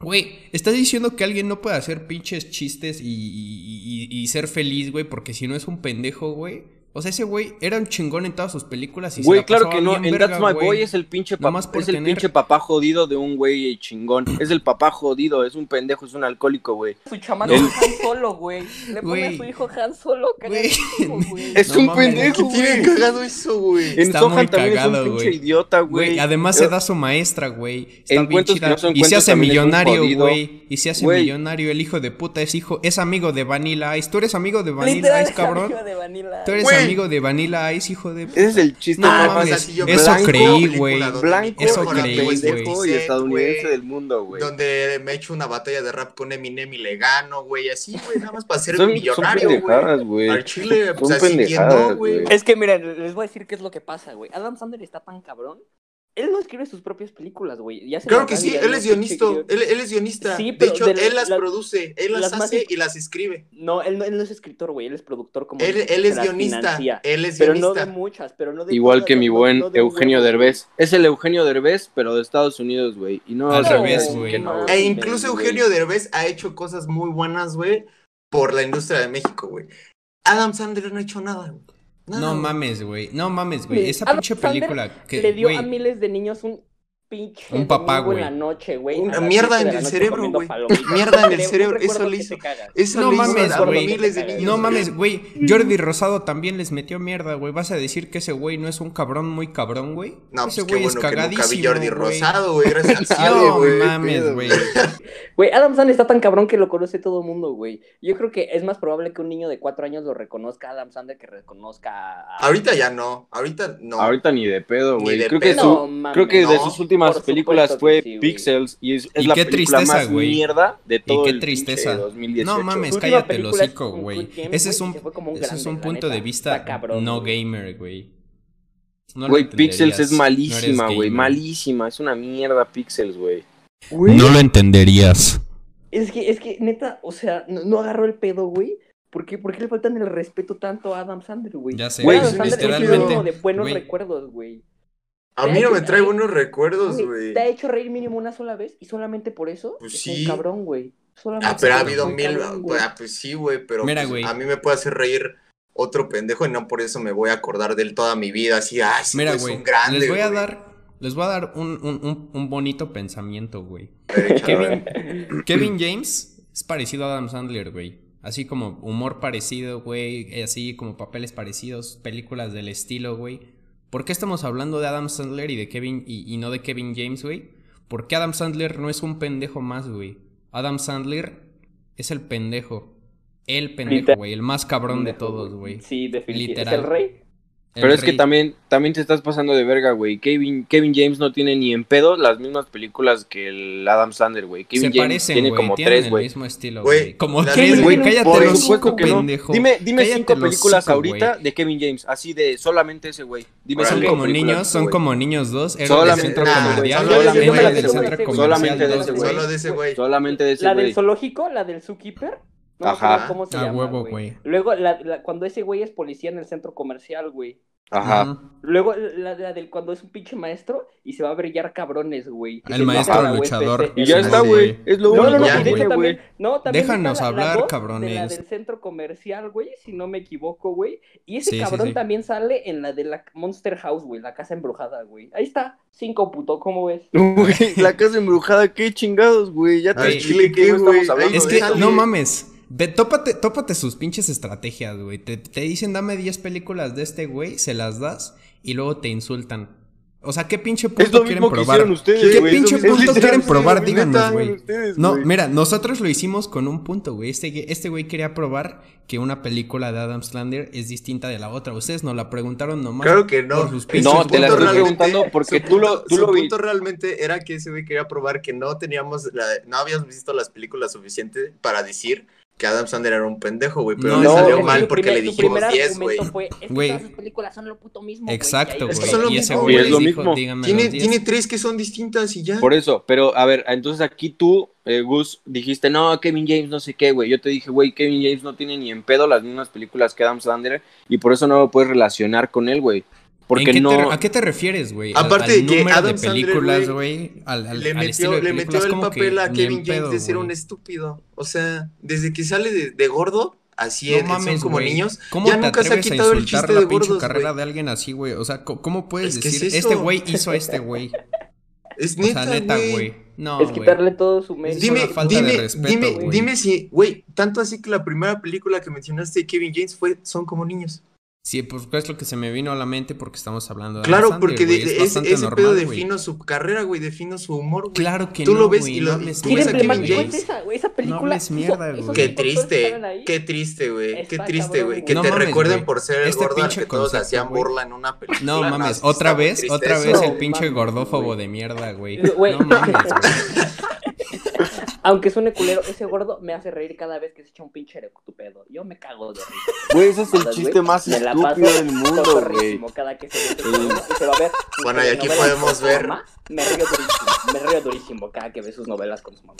S1: Güey, estás diciendo que alguien no puede hacer pinches chistes y, y- y- y ser feliz, güey, porque si no es un pendejo, güey. O sea, ese güey era un chingón en todas sus películas y se
S4: Güey,
S1: la
S4: claro
S1: pasaba
S4: que no.
S1: bien
S4: El
S1: verga,
S4: That's My
S1: güey.
S4: Boy es el pinche papá.
S1: Nomás por
S4: es el
S1: tener-
S4: pinche papá jodido de un güey chingón. Es el papá jodido, es un pendejo, es un alcohólico, güey.
S5: Su chamán es Han Solo, güey. Le pone a
S1: Güey.
S5: su hijo Han Solo,
S1: Güey.
S5: cagadísimo, güey.
S4: Es
S1: No
S4: un
S1: mames,
S4: pendejo,
S3: ¿Qué tiene
S4: güey.
S3: cagado eso, güey?
S4: En
S1: Está
S4: Sohan
S1: muy
S4: también es
S1: cagado,
S4: un pinche
S1: güey.
S4: idiota, güey. Eh,
S1: Güey, además se da su maestra, güey. Está
S4: En
S1: bien
S4: cuentos que
S1: chida.
S4: no son
S1: y se
S4: cuentos
S1: hace
S4: también es un
S1: millonario,
S4: jodido.
S1: güey. Y se hace
S4: Güey.
S1: millonario. El hijo de puta es hijo, es amigo de Vanilla Ice. ¿Tú eres amigo de Vanilla
S5: Literal,
S1: Ice,
S5: es
S1: cabrón?
S5: amigo de Vanilla.
S1: Tú eres
S3: Güey.
S1: amigo de Vanilla Ice, hijo de.
S4: Ese es el chiste
S3: Ah,
S1: No
S4: más
S1: mames,
S3: así yo-
S1: eso
S3: Blanco,
S1: creí,
S3: película
S1: güey.
S3: donde
S4: blanco,
S1: Eso
S3: mejor
S1: creí,
S3: amigo
S1: güey.
S3: es
S4: pendejo y
S3: Morissette,
S4: estadounidense
S3: güey,
S4: del mundo, güey.
S3: Donde me he hecho una batalla de rap con Eminem y le gano, güey. Así, güey, nada más para ser
S4: Son, son
S3: millonario, güey.
S4: pendejadas, güey.
S3: Al chile, pues
S4: Son
S3: así
S4: pendejadas,
S3: entiendo, güey.
S4: güey.
S5: Es que miren, les voy a decir qué es lo que pasa, güey. Adam Sandler está tan cabrón. Él no escribe sus propias películas, güey. Ya se
S3: Claro
S5: las
S3: que
S5: dan y
S3: sí,
S5: ya
S3: él
S5: no
S3: es
S5: pinche
S3: guionista,
S5: guion.
S3: él, él es guionista.
S5: Sí,
S3: de
S5: pero
S3: hecho,
S5: de la-
S3: él las
S5: la-
S3: produce, él las,
S5: las más
S3: hace
S5: im-
S3: y las escribe.
S5: No, él no, él no es escritor, güey. Él es productor como.
S3: Él,
S5: dices,
S3: él
S5: se
S3: es
S5: las
S3: guionista,
S5: financia.
S3: él es
S5: Pero no de
S3: guionista.
S5: muchas, pero no de
S4: Igual
S5: todas,
S4: que mi
S5: no-
S4: buen
S5: no de
S4: Eugenio
S5: una.
S4: Derbez. Es el Eugenio Derbez, pero de Estados Unidos, güey. Y no
S1: Al
S4: o sea,
S1: revés,
S4: dicen
S1: güey.
S4: que no,
S3: E
S4: güey.
S3: incluso
S4: güey.
S3: Eugenio Derbez ha hecho cosas muy buenas, güey, por la industria de México, güey. Adam Sandler no ha hecho nada, güey. Nada,
S1: No
S3: güey.
S1: mames, güey. No mames, güey.
S5: Güey,
S1: Esa
S5: Adam
S1: pinche
S5: Sandler
S1: película que.
S5: Le dio a
S1: güey,
S5: miles de niños un pinche.
S1: Un papá,
S5: domingo en la
S1: güey.
S5: noche, güey.
S3: Una
S5: a las
S3: mierda
S5: siete de
S3: en
S5: la
S3: el
S5: noche
S3: cerebro,
S5: comiendo
S3: güey.
S5: palomitas.
S3: Mierda en el
S5: Un
S3: cerebro, eso
S5: recuerdo
S3: le
S5: que
S3: hizo-
S5: te cagas.
S3: Eso
S1: No
S3: le hizo
S1: mames,
S3: a
S1: güey.
S3: miles de niños.
S1: No
S3: güey.
S1: mames, güey. Jordi Rosado también les metió mierda, güey. ¿Vas a decir que ese güey no es un cabrón muy cabrón, güey?
S3: No, pues
S1: ese
S3: qué
S1: güey
S3: bueno
S1: es
S3: que nunca
S1: cagadísimo.
S3: vi Jordi
S1: güey.
S3: Rosado, güey. Gracias al cielo,
S1: No
S3: güey.
S1: mames,
S4: pedo,
S1: güey.
S5: Güey, Adam Sandler está tan cabrón que lo conoce todo el mundo, güey. Yo creo que es más probable que un niño de cuatro años lo reconozca a Adam Sandler que reconozca a... a-
S3: Ahorita ya no, ahorita no.
S4: Ahorita ni de pedo,
S3: Ni
S4: güey.
S3: de
S4: Creo que,
S3: pedo.
S4: su-
S5: No, mames.
S4: creo que de
S3: No.
S4: sus últimas
S5: Por
S4: películas
S5: supuesto
S4: fue
S5: que sí, güey.
S4: Pixels y es, es
S1: Y
S4: la
S1: qué
S4: película
S1: tristeza,
S4: más
S1: güey.
S4: mierda de todo
S1: qué
S4: el pinche
S1: tristeza.
S4: 2018.
S1: No mames,
S5: Su última
S1: cállate el
S5: película es
S1: hocico,
S5: un
S1: güey.
S5: Good Game,
S1: Ese es
S5: güey,
S1: un,
S5: y se fue como un
S1: ese es
S5: grande,
S1: un
S5: la
S1: punto de
S5: neta.
S1: vista
S5: Está cabrón,
S1: no
S5: güey.
S1: gamer, güey. No lo
S4: Güey,
S1: entenderías,
S4: Pixels es
S1: no eres
S4: malísima, güey.
S1: gamer.
S4: malísima. Es una mierda Pixels, güey.
S1: No lo entenderías.
S5: Es que, es que, neta, o sea, no, no agarró el pedo, güey. ¿Por qué, por qué le faltan el respeto tanto a Adam Sandler, güey?
S1: Ya sé,
S4: Güey,
S5: Adam
S4: sí,
S5: Sandler es
S1: literalmente,
S5: sinónimo de buenos
S1: güey.
S5: recuerdos, güey.
S3: A mí no me trae buenos recuerdos,
S5: Güey,
S3: güey.
S5: eh. Te ha hecho reír mínimo una sola vez y solamente por eso
S3: Pues
S5: es
S3: sí.
S5: un cabrón, güey. Solamente
S3: Ah, pero ha
S5: por
S3: habido
S5: eso es un
S3: mil.
S5: cabrón, güey.
S3: Ah, pues sí, güey, pero
S1: Mira,
S3: pues,
S1: güey.
S3: a mí me puede hacer reír otro pendejo y no por eso me voy a acordar de él toda mi vida. Así, ah, sí,
S1: Mira,
S3: es
S1: güey.
S3: un grande.
S1: Les voy a
S3: güey.
S1: dar, les voy a dar un, un- un- un bonito pensamiento, güey.
S3: Derecha,
S1: Kevin, Kevin James es parecido a Adam Sandler, güey. Así como humor parecido, güey. eh, Así como papeles parecidos, películas del estilo, güey. ¿Por qué estamos hablando de Adam Sandler y de Kevin y, y no de Kevin James, güey? Porque Adam Sandler no es un pendejo más, güey. Adam Sandler es el pendejo. El pendejo,
S5: Literal.
S1: güey. El más cabrón de
S5: Pendejo,
S1: todos, güey.
S5: Sí, definitivamente.
S1: Literal.
S5: Es el rey.
S1: El
S4: Pero es que
S1: rey.
S4: también, también te estás pasando de verga, güey. Kevin, Kevin James no tiene ni en pedo las mismas películas que el Adam Sandler, güey. Kevin
S1: se
S4: James
S1: parecen,
S4: tiene
S1: güey,
S4: como
S1: tienen
S4: tres,
S1: el
S4: güey.
S1: mismo estilo,
S3: Güey,
S1: güey. Como
S3: la
S1: tres,
S3: neta,
S1: güey.
S5: güey,
S1: Cállate
S4: Por
S1: los
S4: supuesto
S1: cinco,
S4: que no.
S1: pendejo.
S4: Dime, dime
S1: Cállate
S4: cinco
S1: el
S4: películas
S1: hocico,
S4: ahorita
S1: güey.
S4: de Kevin James, así de solamente ese güey. Dime
S1: Son
S4: cinco
S1: como
S4: películas de
S1: niños,
S4: ese
S1: son
S4: güey.
S1: como niños dos. Héroes
S4: Solamente
S1: del centro
S3: de
S1: comercial,
S3: ese, güey. Solamente
S1: héroes del centro comercial.
S3: de ese, güey.
S4: Solamente de
S1: dos,
S4: ese,
S1: güey.
S3: Solo de ese, güey.
S4: Solamente de ese
S5: La
S4: güey.
S5: del zoológico, la del zookeeper. No me
S4: Ajá.
S5: acuerdo cómo se
S1: A
S5: llama,
S1: huevo, güey.
S5: Luego, la, la- cuando ese güey es policía en el centro comercial, güey.
S4: Ajá.
S1: Ujú.
S5: Luego, la, la del cuando es un pinche maestro y se va a brillar cabrones, güey. Que
S1: El
S5: se
S1: maestro
S5: mata a la
S1: luchador.
S5: UFC.
S4: Y ya
S1: Sí,
S4: está,
S1: sí.
S4: güey. Es lo
S5: No, no,
S4: único
S5: no,
S3: Ya,
S5: y de
S4: que
S5: hecho
S4: tiene, güey.
S5: también, no, también
S1: Déjanos
S5: está la- la
S1: hablar,
S5: voz
S1: cabrones.
S5: De la del centro comercial, güey, si no me equivoco, güey. Y ese
S1: Sí, sí,
S5: cabrón
S1: sí.
S5: también sale en la de la Monster House, güey, la casa embrujada, güey. Ahí está, cinco puto, ¿cómo ves?
S4: Güey, la casa embrujada, qué chingados, güey. Ya te
S1: Ay,
S4: expliqué
S3: chile,
S4: que
S3: qué,
S4: no estamos
S3: güey.
S4: hablando
S1: Es
S3: de
S1: que
S3: esa,
S1: no
S3: güey.
S1: mames. Ve, tópate, tópate sus pinches estrategias, güey. Te, te dicen, dame 10 películas de este güey, se las das y luego te insultan. O sea, ¿qué pinche punto
S4: Es lo
S1: quieren
S4: mismo que
S1: probar?
S4: hicieron ustedes,
S1: ¿Qué
S4: güey. Es
S1: pinche
S4: lo mismo-
S1: punto
S4: es
S1: quieren
S4: literalmente lo
S1: probar?
S4: mismo que
S1: Díganos,
S4: hicieron
S1: güey.
S4: ustedes,
S1: No,
S4: güey.
S1: mira, nosotros lo hicimos con un punto, güey. Este, este güey quería probar que una película de Adam Sandler es distinta de la otra. Ustedes nos la preguntaron nomás.
S3: Claro que no.
S1: Por sus
S3: Su
S1: pinches
S4: No, te
S1: puntos,
S4: la estoy
S1: güey.
S3: realmente-
S4: preguntando porque
S3: Su
S4: tú lo,
S3: punto-
S4: tú
S3: su
S4: lo vi.
S3: punto realmente era que ese güey quería probar que no teníamos, la- no habíamos visto las películas suficientes para decir que Adam Sandler era un pendejo, güey, pero
S1: No,
S3: le
S1: no,
S3: salió
S1: güey,
S3: mal
S1: tu
S3: porque le dijimos 10, güey.
S5: Fue, es que
S1: Güey.
S5: todas sus películas son lo puto mismo. güey, y
S1: Exacto,
S5: ahí-
S1: güey.
S3: Es que son lo
S1: y ese
S3: mismo,
S1: güey
S4: güey, es lo
S1: les dijo,
S4: mismo.
S1: díganme
S3: Tiene,
S1: los diez.
S3: tiene tres que son distintas y ya.
S4: Por eso, pero a ver, entonces aquí tú, eh, Gus, dijiste, no, Kevin James no sé qué, güey. Yo te dije, güey, Kevin James no tiene ni en pedo las mismas películas que Adam Sandler y por eso no lo puedes relacionar con él, güey.
S1: ¿En
S4: Porque
S1: qué te-
S4: no...
S1: ¿A qué te refieres, güey?
S3: Aparte
S1: al,
S3: de que
S1: número
S3: Adam
S1: de
S3: Sandler,
S1: películas,
S3: güey,
S1: güey, al, al-
S3: le
S1: al estilo
S3: metió,
S1: de
S3: le
S1: películas,
S3: metió el
S1: como que
S3: papel
S1: ni
S3: a
S1: en
S3: Kevin James
S1: pedo,
S3: de ser
S1: güey.
S3: un estúpido. O sea, desde que sale de, de gordo, así
S1: No
S3: es, son
S1: mames,
S3: como
S1: güey.
S3: niños.
S1: ¿Cómo
S3: ya
S1: te
S3: nunca se ha
S1: atreves a
S3: quitado el
S1: insultar
S3: chiste
S1: la
S3: de
S1: pinche
S3: gordos,
S1: carrera
S3: güey.
S1: de alguien así, güey? O sea, co- ¿cómo puedes
S3: Es que
S1: decir,
S3: es eso.
S1: este güey hizo a este güey?
S3: Es
S1: O sea, neta,
S3: neta,
S1: güey. No,
S5: Es
S1: güey.
S5: quitarle todo su mérito.
S3: Dime,
S1: una falta de
S3: dime,
S1: respeto,
S3: dime,
S1: güey.
S3: dime si, güey, tanto así que la primera película que mencionaste de Kevin James fue Son como niños.
S1: Sí, pues es lo que se me vino a la mente porque estamos hablando de Adam
S3: claro,
S1: Sandler,
S3: porque
S1: güey,
S3: de-
S1: es
S3: es-
S1: bastante
S3: ese
S1: normal,
S3: pedo
S1: güey.
S3: defino su carrera, güey, defino su humor, güey.
S1: Claro que
S3: Tú
S1: no,
S3: lo ves
S1: güey,
S3: y lo-
S1: no hables
S3: tú
S5: ¿Qué
S1: mierda,
S3: ves a Kevin
S5: emblemático
S1: güey.
S5: es esa, güey? Esa película.
S1: hables mierda, güey.
S3: Qué
S1: Los
S3: triste, qué triste, güey. Qué
S5: Está
S3: triste,
S1: güey.
S5: cabrón,
S3: güey. Que te
S1: No mames,
S3: recuerden
S1: güey.
S3: por ser el
S1: Este
S3: gordo al
S1: pinche
S3: que todos
S1: concepto,
S3: hacían
S1: güey.
S3: burla en una película.
S1: No mames,
S3: sí
S1: otra
S3: está muy
S1: vez,
S3: triste
S1: otra
S3: eso.
S1: vez
S5: No,
S1: el pinche
S5: mames,
S1: gordófobo
S5: güey.
S1: de mierda, güey.
S5: Güey.
S1: No mames, güey.
S5: Aunque suene culero, ese gordo me hace reír cada vez que se echa un pinche eructupedo. Yo me cago de risa.
S4: Güey, ese es el
S5: ¿Sabes,
S4: chiste
S5: güey?
S4: más
S5: Me la
S4: estúpido
S5: paso
S4: del mundo, güey.
S5: cotorrísimo cada que se, y se va a ver. sus
S3: Bueno, y aquí
S5: telenovelas
S3: podemos
S5: con su
S3: ver-
S5: mamá. Me río durísimo, me río durísimo cada que ve sus novelas con su mamá.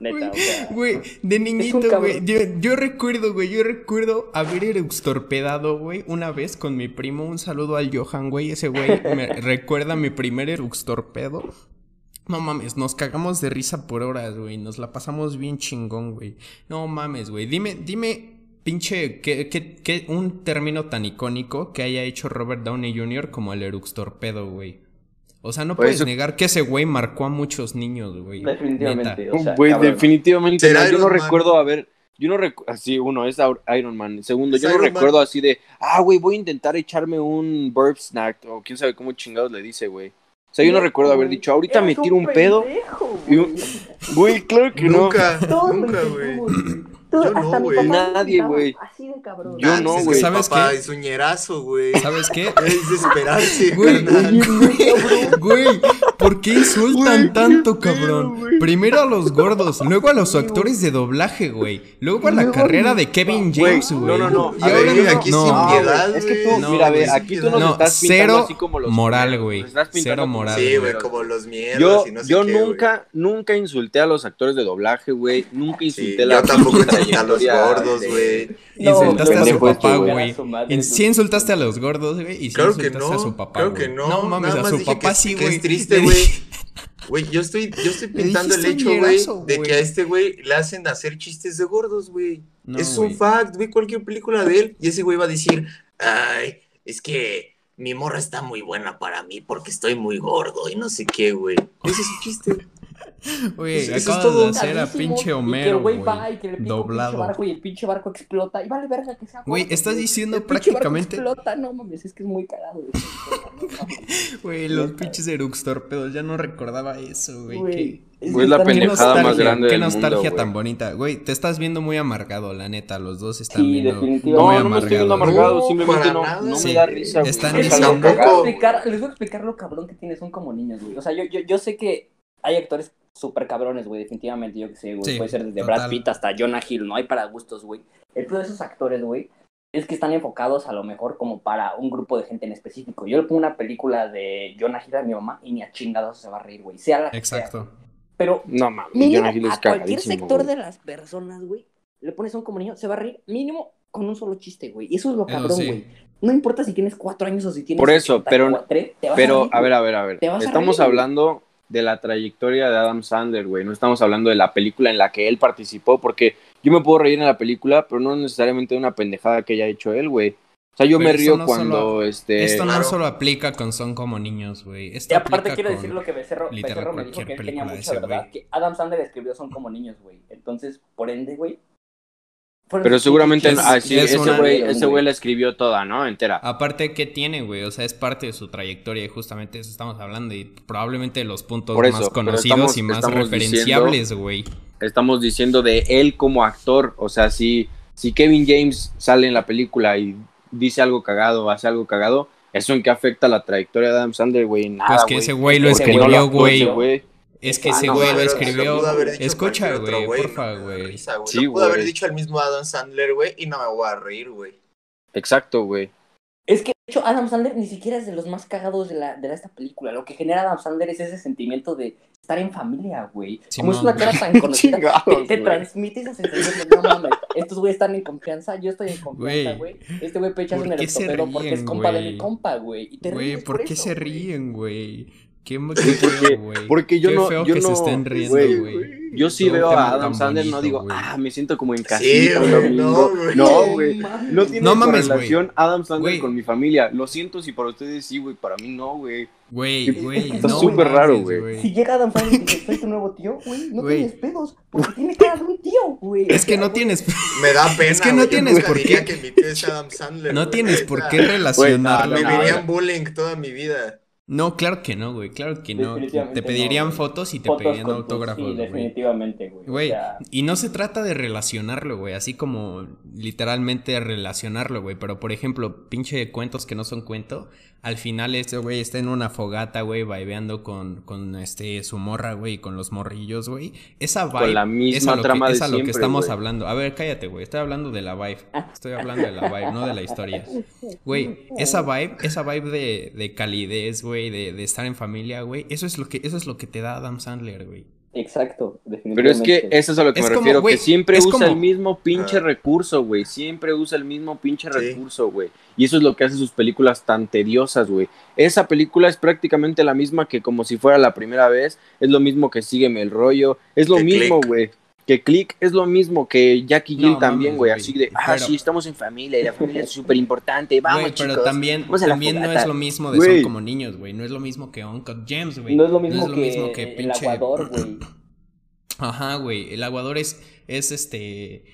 S5: Neta, o sea.
S1: Güey, de niñito,
S5: cabrón.
S1: güey. Yo, yo recuerdo, güey, yo recuerdo haber eruxtorpedado, güey, una vez con mi primo. Un saludo al Johan, güey. Ese güey me recuerda mi primer eruxtorpedo. No mames, nos cagamos de risa por horas, güey. Nos la pasamos bien chingón, güey. No mames, güey. Dime, dime, pinche, que, que, que un término tan icónico que haya hecho Robert Downey Jr. como el eruxtorpedo, güey. O sea, no
S4: Pues
S1: puedes
S4: eso-
S1: negar que ese güey marcó a muchos niños, güey.
S5: Definitivamente.
S1: Neta.
S5: O sea,
S4: Güey,
S5: cabrón.
S4: definitivamente.
S3: Será
S4: no, yo no
S3: Iron Man.
S4: recuerdo haber. Yo no recuerdo. Así, uno, es Au- Iron Man. Segundo,
S3: Es
S4: yo no
S3: Iron Man.
S4: recuerdo así de. Ah, güey, voy a intentar echarme un burp snack. O quién sabe cómo chingados le dice, güey. O sea, yo no recuerdo haber dicho. Ahorita me
S5: Eres
S4: tiro un pedo.
S5: pendejo,
S4: y un-
S5: güey.
S4: Güey, claro que no.
S3: Nunca,
S5: Todos lo
S3: nunca, güey.
S5: intentamos, Todos-
S3: Yo no,
S5: hasta mi
S3: güey.
S5: papá lo
S4: Nadie,
S5: intentaba,
S4: güey.
S5: Así de cabrón.
S4: Yo
S3: Ah,
S4: no,
S3: pues es que
S4: güey.
S1: ¿Sabes
S3: Papá,
S1: qué?
S3: es un ñerazo, güey.
S1: ¿Sabes qué?
S3: Es desesperarse,
S1: Güey,
S3: carnal.
S1: güey, güey, ¿por qué insultan
S4: Güey,
S1: tanto,
S4: qué pedo,
S1: cabrón?
S4: güey.
S1: Primero a los gordos, luego a los actores de doblaje, güey. Luego a la
S5: Luego
S1: carrera
S5: a-
S1: de Kevin
S4: Güey,
S1: James, güey.
S4: no, no, no.
S1: Y
S4: a
S1: ahora
S4: ver,
S1: no,
S3: aquí
S1: no,
S3: sin
S1: no,
S3: piedad,
S4: güey, Es que tú,
S3: güey.
S4: mira, a
S1: No,
S4: ver,
S1: güey.
S4: aquí tú nos
S1: No,
S4: estás pintando
S1: cero
S4: así como los.
S1: moral,
S4: culeros,
S1: güey.
S4: nos estás pintando
S1: Cero
S4: como
S1: moral,
S3: Sí, güey,
S4: culeros,
S3: como los mierdas
S4: Yo,
S3: y no sé
S4: yo
S3: qué, güey.
S4: nunca, nunca insulté a los actores de doblaje, güey. Nunca
S3: Sí,
S4: insulté a la
S3: yo tampoco
S4: pinche
S3: insulté a los
S4: trayectoria
S3: gordos,
S4: de-
S3: güey.
S1: Insultaste a su
S3: pues,
S4: pendejo este,
S1: papá,
S4: güey.
S1: güey. Y Sí insultaste a los gordos, güey, y sí
S3: Claro que
S1: insultaste
S3: no.
S1: a su papá,
S3: claro
S1: güey.
S3: que no.
S1: No mames,
S3: nada
S1: a
S3: más
S1: su
S3: dije
S1: papá
S3: que-
S1: sí,
S3: que
S1: güey.
S3: es triste,
S1: Le
S3: güey.
S1: dije-
S3: Güey, yo estoy, yo estoy
S1: Le
S3: pintando el
S1: dijiste
S3: hecho, güey,
S1: ñerazo,
S3: de
S1: güey.
S3: que a este güey le hacen hacer chistes de gordos, güey.
S1: No,
S3: es
S1: güey.
S3: un fact, ve cualquier película de él y ese güey va a decir, ay, es que mi morra está muy buena para mí porque estoy muy gordo y no sé qué, güey. Ese es su chiste.
S1: Güey,
S3: Eso es
S1: acabas
S3: todo
S1: de
S3: un
S1: hacer a
S5: Tardísimo,
S1: pinche
S5: y que el
S1: Homero,
S5: güey
S1: güey.
S5: va y que le pica un pinche
S1: Doblado.
S5: barco y el pinche barco explota. Y vale verga que sea.
S1: Güey,
S5: gordo,
S1: estás diciendo
S5: El pinche barco
S1: prácticamente-
S5: explota, no mames, es que es muy cagado. güey.
S1: Güey, los pinches Erux torpedos, ya no recordaba eso, güey.
S5: Güey,
S1: qué-
S5: es
S4: Güey, es la
S5: neta,
S1: Qué
S4: pendejada
S1: nostalgia,
S4: más grande
S1: qué
S4: del
S1: nostalgia
S4: mundo,
S1: tan
S4: güey.
S1: bonita. Güey, te estás viendo muy amargado, la neta. Los dos están
S5: Sí,
S1: viendo
S5: definitivamente.
S1: muy
S4: No, no me estoy viendo
S1: amargados.
S4: amargado,
S5: No,
S4: simplemente
S3: para
S4: no,
S3: nada.
S4: no me
S1: Sí,
S4: da risa, güey.
S1: están
S5: Es
S4: Es
S5: que
S4: algo
S5: les voy, a
S4: cagado, güey.
S5: explicar, les voy a explicar lo cabrón que tienen, son como niños, güey. O sea, yo, yo, yo sé que hay actores súper cabrones, güey, definitivamente, yo que sé, güey.
S1: Sí,
S5: Puede ser desde
S1: total.
S5: Brad Pitt hasta Jonah Hill, no hay para gustos, güey. El problema de esos actores, güey, es que están enfocados a lo mejor como para un grupo de gente en específico. Yo le pongo una película de Jonah Hill a mi mamá y ni a chingados se va a reír, güey. Sea la que sea.
S1: Exacto.
S5: Pero
S4: No mames,
S5: mínimo
S4: Jonah Hill es
S5: a cualquier
S4: cagadísimo.
S5: sector
S4: güey.
S5: de las personas, güey, le pones son como niños, se va a reír mínimo con un solo chiste, güey. Y eso es lo
S1: Eso
S5: cabrón,
S1: sí.
S5: güey. No importa si tienes cuatro años o si tienes.
S4: Por eso, pero-
S5: 84, te vas
S4: Pero,
S5: reír,
S4: a ver, a ver, a ver.
S5: Te vas a
S4: Estamos
S5: reír.
S4: hablando de la trayectoria de Adam Sandler, güey. No estamos hablando de la película en la que él participó, porque yo me puedo reír en la película, pero no necesariamente de una pendejada que haya hecho él, güey. O sea, yo
S1: Pero
S4: me
S1: eso
S4: río
S1: no
S4: cuando,
S1: solo-
S4: este...
S1: Esto no
S3: claro.
S1: solo aplica con Son como niños, güey.
S5: Y
S1: Esto Este
S5: aparte
S1: aplica
S5: quiero
S1: con...
S5: decir lo que Becerro,
S1: literal
S5: Becerro me dijo
S1: cualquier
S5: que él tenía
S1: película de
S5: mucha
S1: ese
S5: verdad.
S1: güey.
S5: Que Adam Sandler escribió Son como niños, güey. Entonces, por ende, güey.
S4: Pero seguramente
S1: Es-
S4: ah, sí,
S1: es
S4: ese
S1: una- Ah.
S4: güey ese güey la escribió toda, ¿no? Entera.
S1: Aparte, ¿qué tiene, güey? O sea, es parte de su trayectoria y justamente eso estamos hablando. Y probablemente los puntos
S4: Por eso,
S1: más
S4: pero
S1: conocidos
S4: estamos-
S1: y más
S4: estamos
S1: referenciables, güey.
S4: Estamos diciendo de él como actor. O sea, si, si Kevin James sale en la película y dice algo cagado, hace algo cagado, ¿eso en qué afecta la trayectoria de Adam Sandler, güey? Nada,
S1: Pues que ese güey lo
S4: Porque no
S1: escribió,
S4: actuó ese
S1: güey. Es que ese
S2: no,
S1: güey lo
S2: pero se lo
S1: escribió.
S3: pudo haber dicho
S1: Escucha,
S3: cualquier otro
S1: güey,
S3: güey,
S1: porfa,
S3: no me da
S1: güey.
S3: risa, güey.
S4: Sí,
S3: lo pudo haber
S4: güey.
S3: dicho el mismo Adam Sandler, güey, y no me voy a reír, güey.
S4: Exacto, güey.
S5: Es que, de hecho, Adam Sandler ni siquiera es de los más cagados de, la, de la- esta película. Lo que genera Adam Sandler es ese sentimiento de estar en familia, güey. Como es
S1: Simón,
S5: una
S1: güey.
S5: cara tan conocida, te,
S4: Chingados,
S5: te
S4: güey.
S5: transmite esa sensación de no mames. Estos güeyes están en confianza, yo estoy en confianza,
S1: Güey.
S5: güey. Este güey pecha
S1: ¿Por
S5: en el
S1: qué se
S5: estopedo porque es
S1: ríen,
S5: compa de
S1: güey?
S5: mi compa, güey. Y te
S1: Güey,
S5: ríes
S1: ¿por qué
S5: eso,
S1: se
S5: güey.
S1: ríen, güey? Qué, mo-
S4: ¿por
S1: qué
S4: qué?
S1: feo, güey.
S4: Porque yo
S1: Qué
S4: no-
S1: feo
S4: yo
S1: que se
S4: no-
S1: estén riendo,
S4: güey,
S1: güey.
S4: Yo sí
S1: Todo
S4: veo
S1: un tema
S4: a Adam
S1: tan
S4: Sandler, no
S1: bonito,
S4: digo,
S1: güey.
S4: ah, me siento como en
S3: Sí,
S4: casita,
S3: güey,
S4: lo mismo.
S3: no, güey.
S4: No, güey.
S5: mames.
S4: No tiene
S1: No mames,
S4: correlación Adam Sandler
S1: Güey.
S4: con mi familia. Lo siento si para ustedes sí, güey. Para mí no, güey.
S1: Güey,
S4: Está
S1: güey.
S4: súper
S1: mames,
S4: raro, güey.
S5: Si llega Adam Sandler y dice, soy tu nuevo tío, güey, no
S1: Güey.
S5: tienes pedos. Porque tiene cara de un tío, güey.
S1: Es que
S5: O sea,
S1: no
S5: güey,
S1: tienes,
S3: Me da pena.
S1: Es que no
S3: güey, yo
S1: tienes
S3: nunca
S1: por
S3: diría
S1: qué-
S3: que mi tío es Adam Sandler.
S1: no
S3: güey,
S1: tienes
S3: neta.
S1: por qué relacionarlo.
S4: no,
S3: Me
S4: no,
S1: güey.
S4: no.
S3: vivían bullying toda mi vida.
S1: No, claro que no, güey. Claro que no.
S5: Definitivamente
S1: Te pedirían
S5: no, güey.
S1: fotos y te
S5: fotos
S1: pedirían
S5: con tus-
S1: autógrafos,
S5: Sí,
S1: güey.
S5: definitivamente, güey. O
S1: Güey,
S5: sea,
S1: y no se trata de relacionarlo, güey, así como literalmente relacionarlo, güey, pero por ejemplo, pinche de cuentos que no son cuento, al final este güey está en una fogata, güey, vaiveando con, con este, su morra, güey, y con los morrillos, güey, esa vibe
S4: Con
S1: es
S4: la
S1: a
S4: misma
S1: lo
S4: trama
S1: que,
S4: de
S1: es a lo que
S4: siempre,
S1: estamos
S4: güey.
S1: hablando. A ver, cállate, güey. Estoy hablando de la vibe. Estoy hablando de la vibe, no de la historia. Güey, esa vibe, esa vibe de, de calidez, güey, de, de estar en familia, güey. Eso es lo que, eso es lo que te da Adam Sandler, güey.
S5: exacto, definitivamente.
S4: Pero es que eso es a lo que
S1: Es
S4: me
S1: como,
S4: refiero,
S1: güey,
S4: que siempre
S1: es
S4: usa
S1: como-
S4: el mismo pinche
S3: Ah.
S4: recurso, güey. Siempre usa el mismo pinche
S3: Sí.
S4: recurso, güey. Y eso es lo que hace sus películas tan tediosas, güey. Esa película es prácticamente la misma que como si fuera la primera vez. Es lo mismo que Sígueme el rollo. Es lo
S3: Que
S4: mismo,
S3: Click.
S4: güey. Que Click es lo mismo que Jackie Jill
S1: No, mames,
S4: también, güey.
S1: güey.
S4: Así de, ah,
S1: Pero-
S4: sí, estamos en familia y la familia es súper importante. Vamos,
S1: Güey, pero
S4: chicos.
S1: también,
S4: vamos a la
S1: también no
S4: fogata.
S1: es lo mismo de
S4: Güey.
S1: Son como niños, güey. No es lo mismo que Uncut James, güey.
S5: No es lo mismo que, el
S1: pinche-
S5: aguador, güey.
S1: Ajá, güey. El aguador es, es este.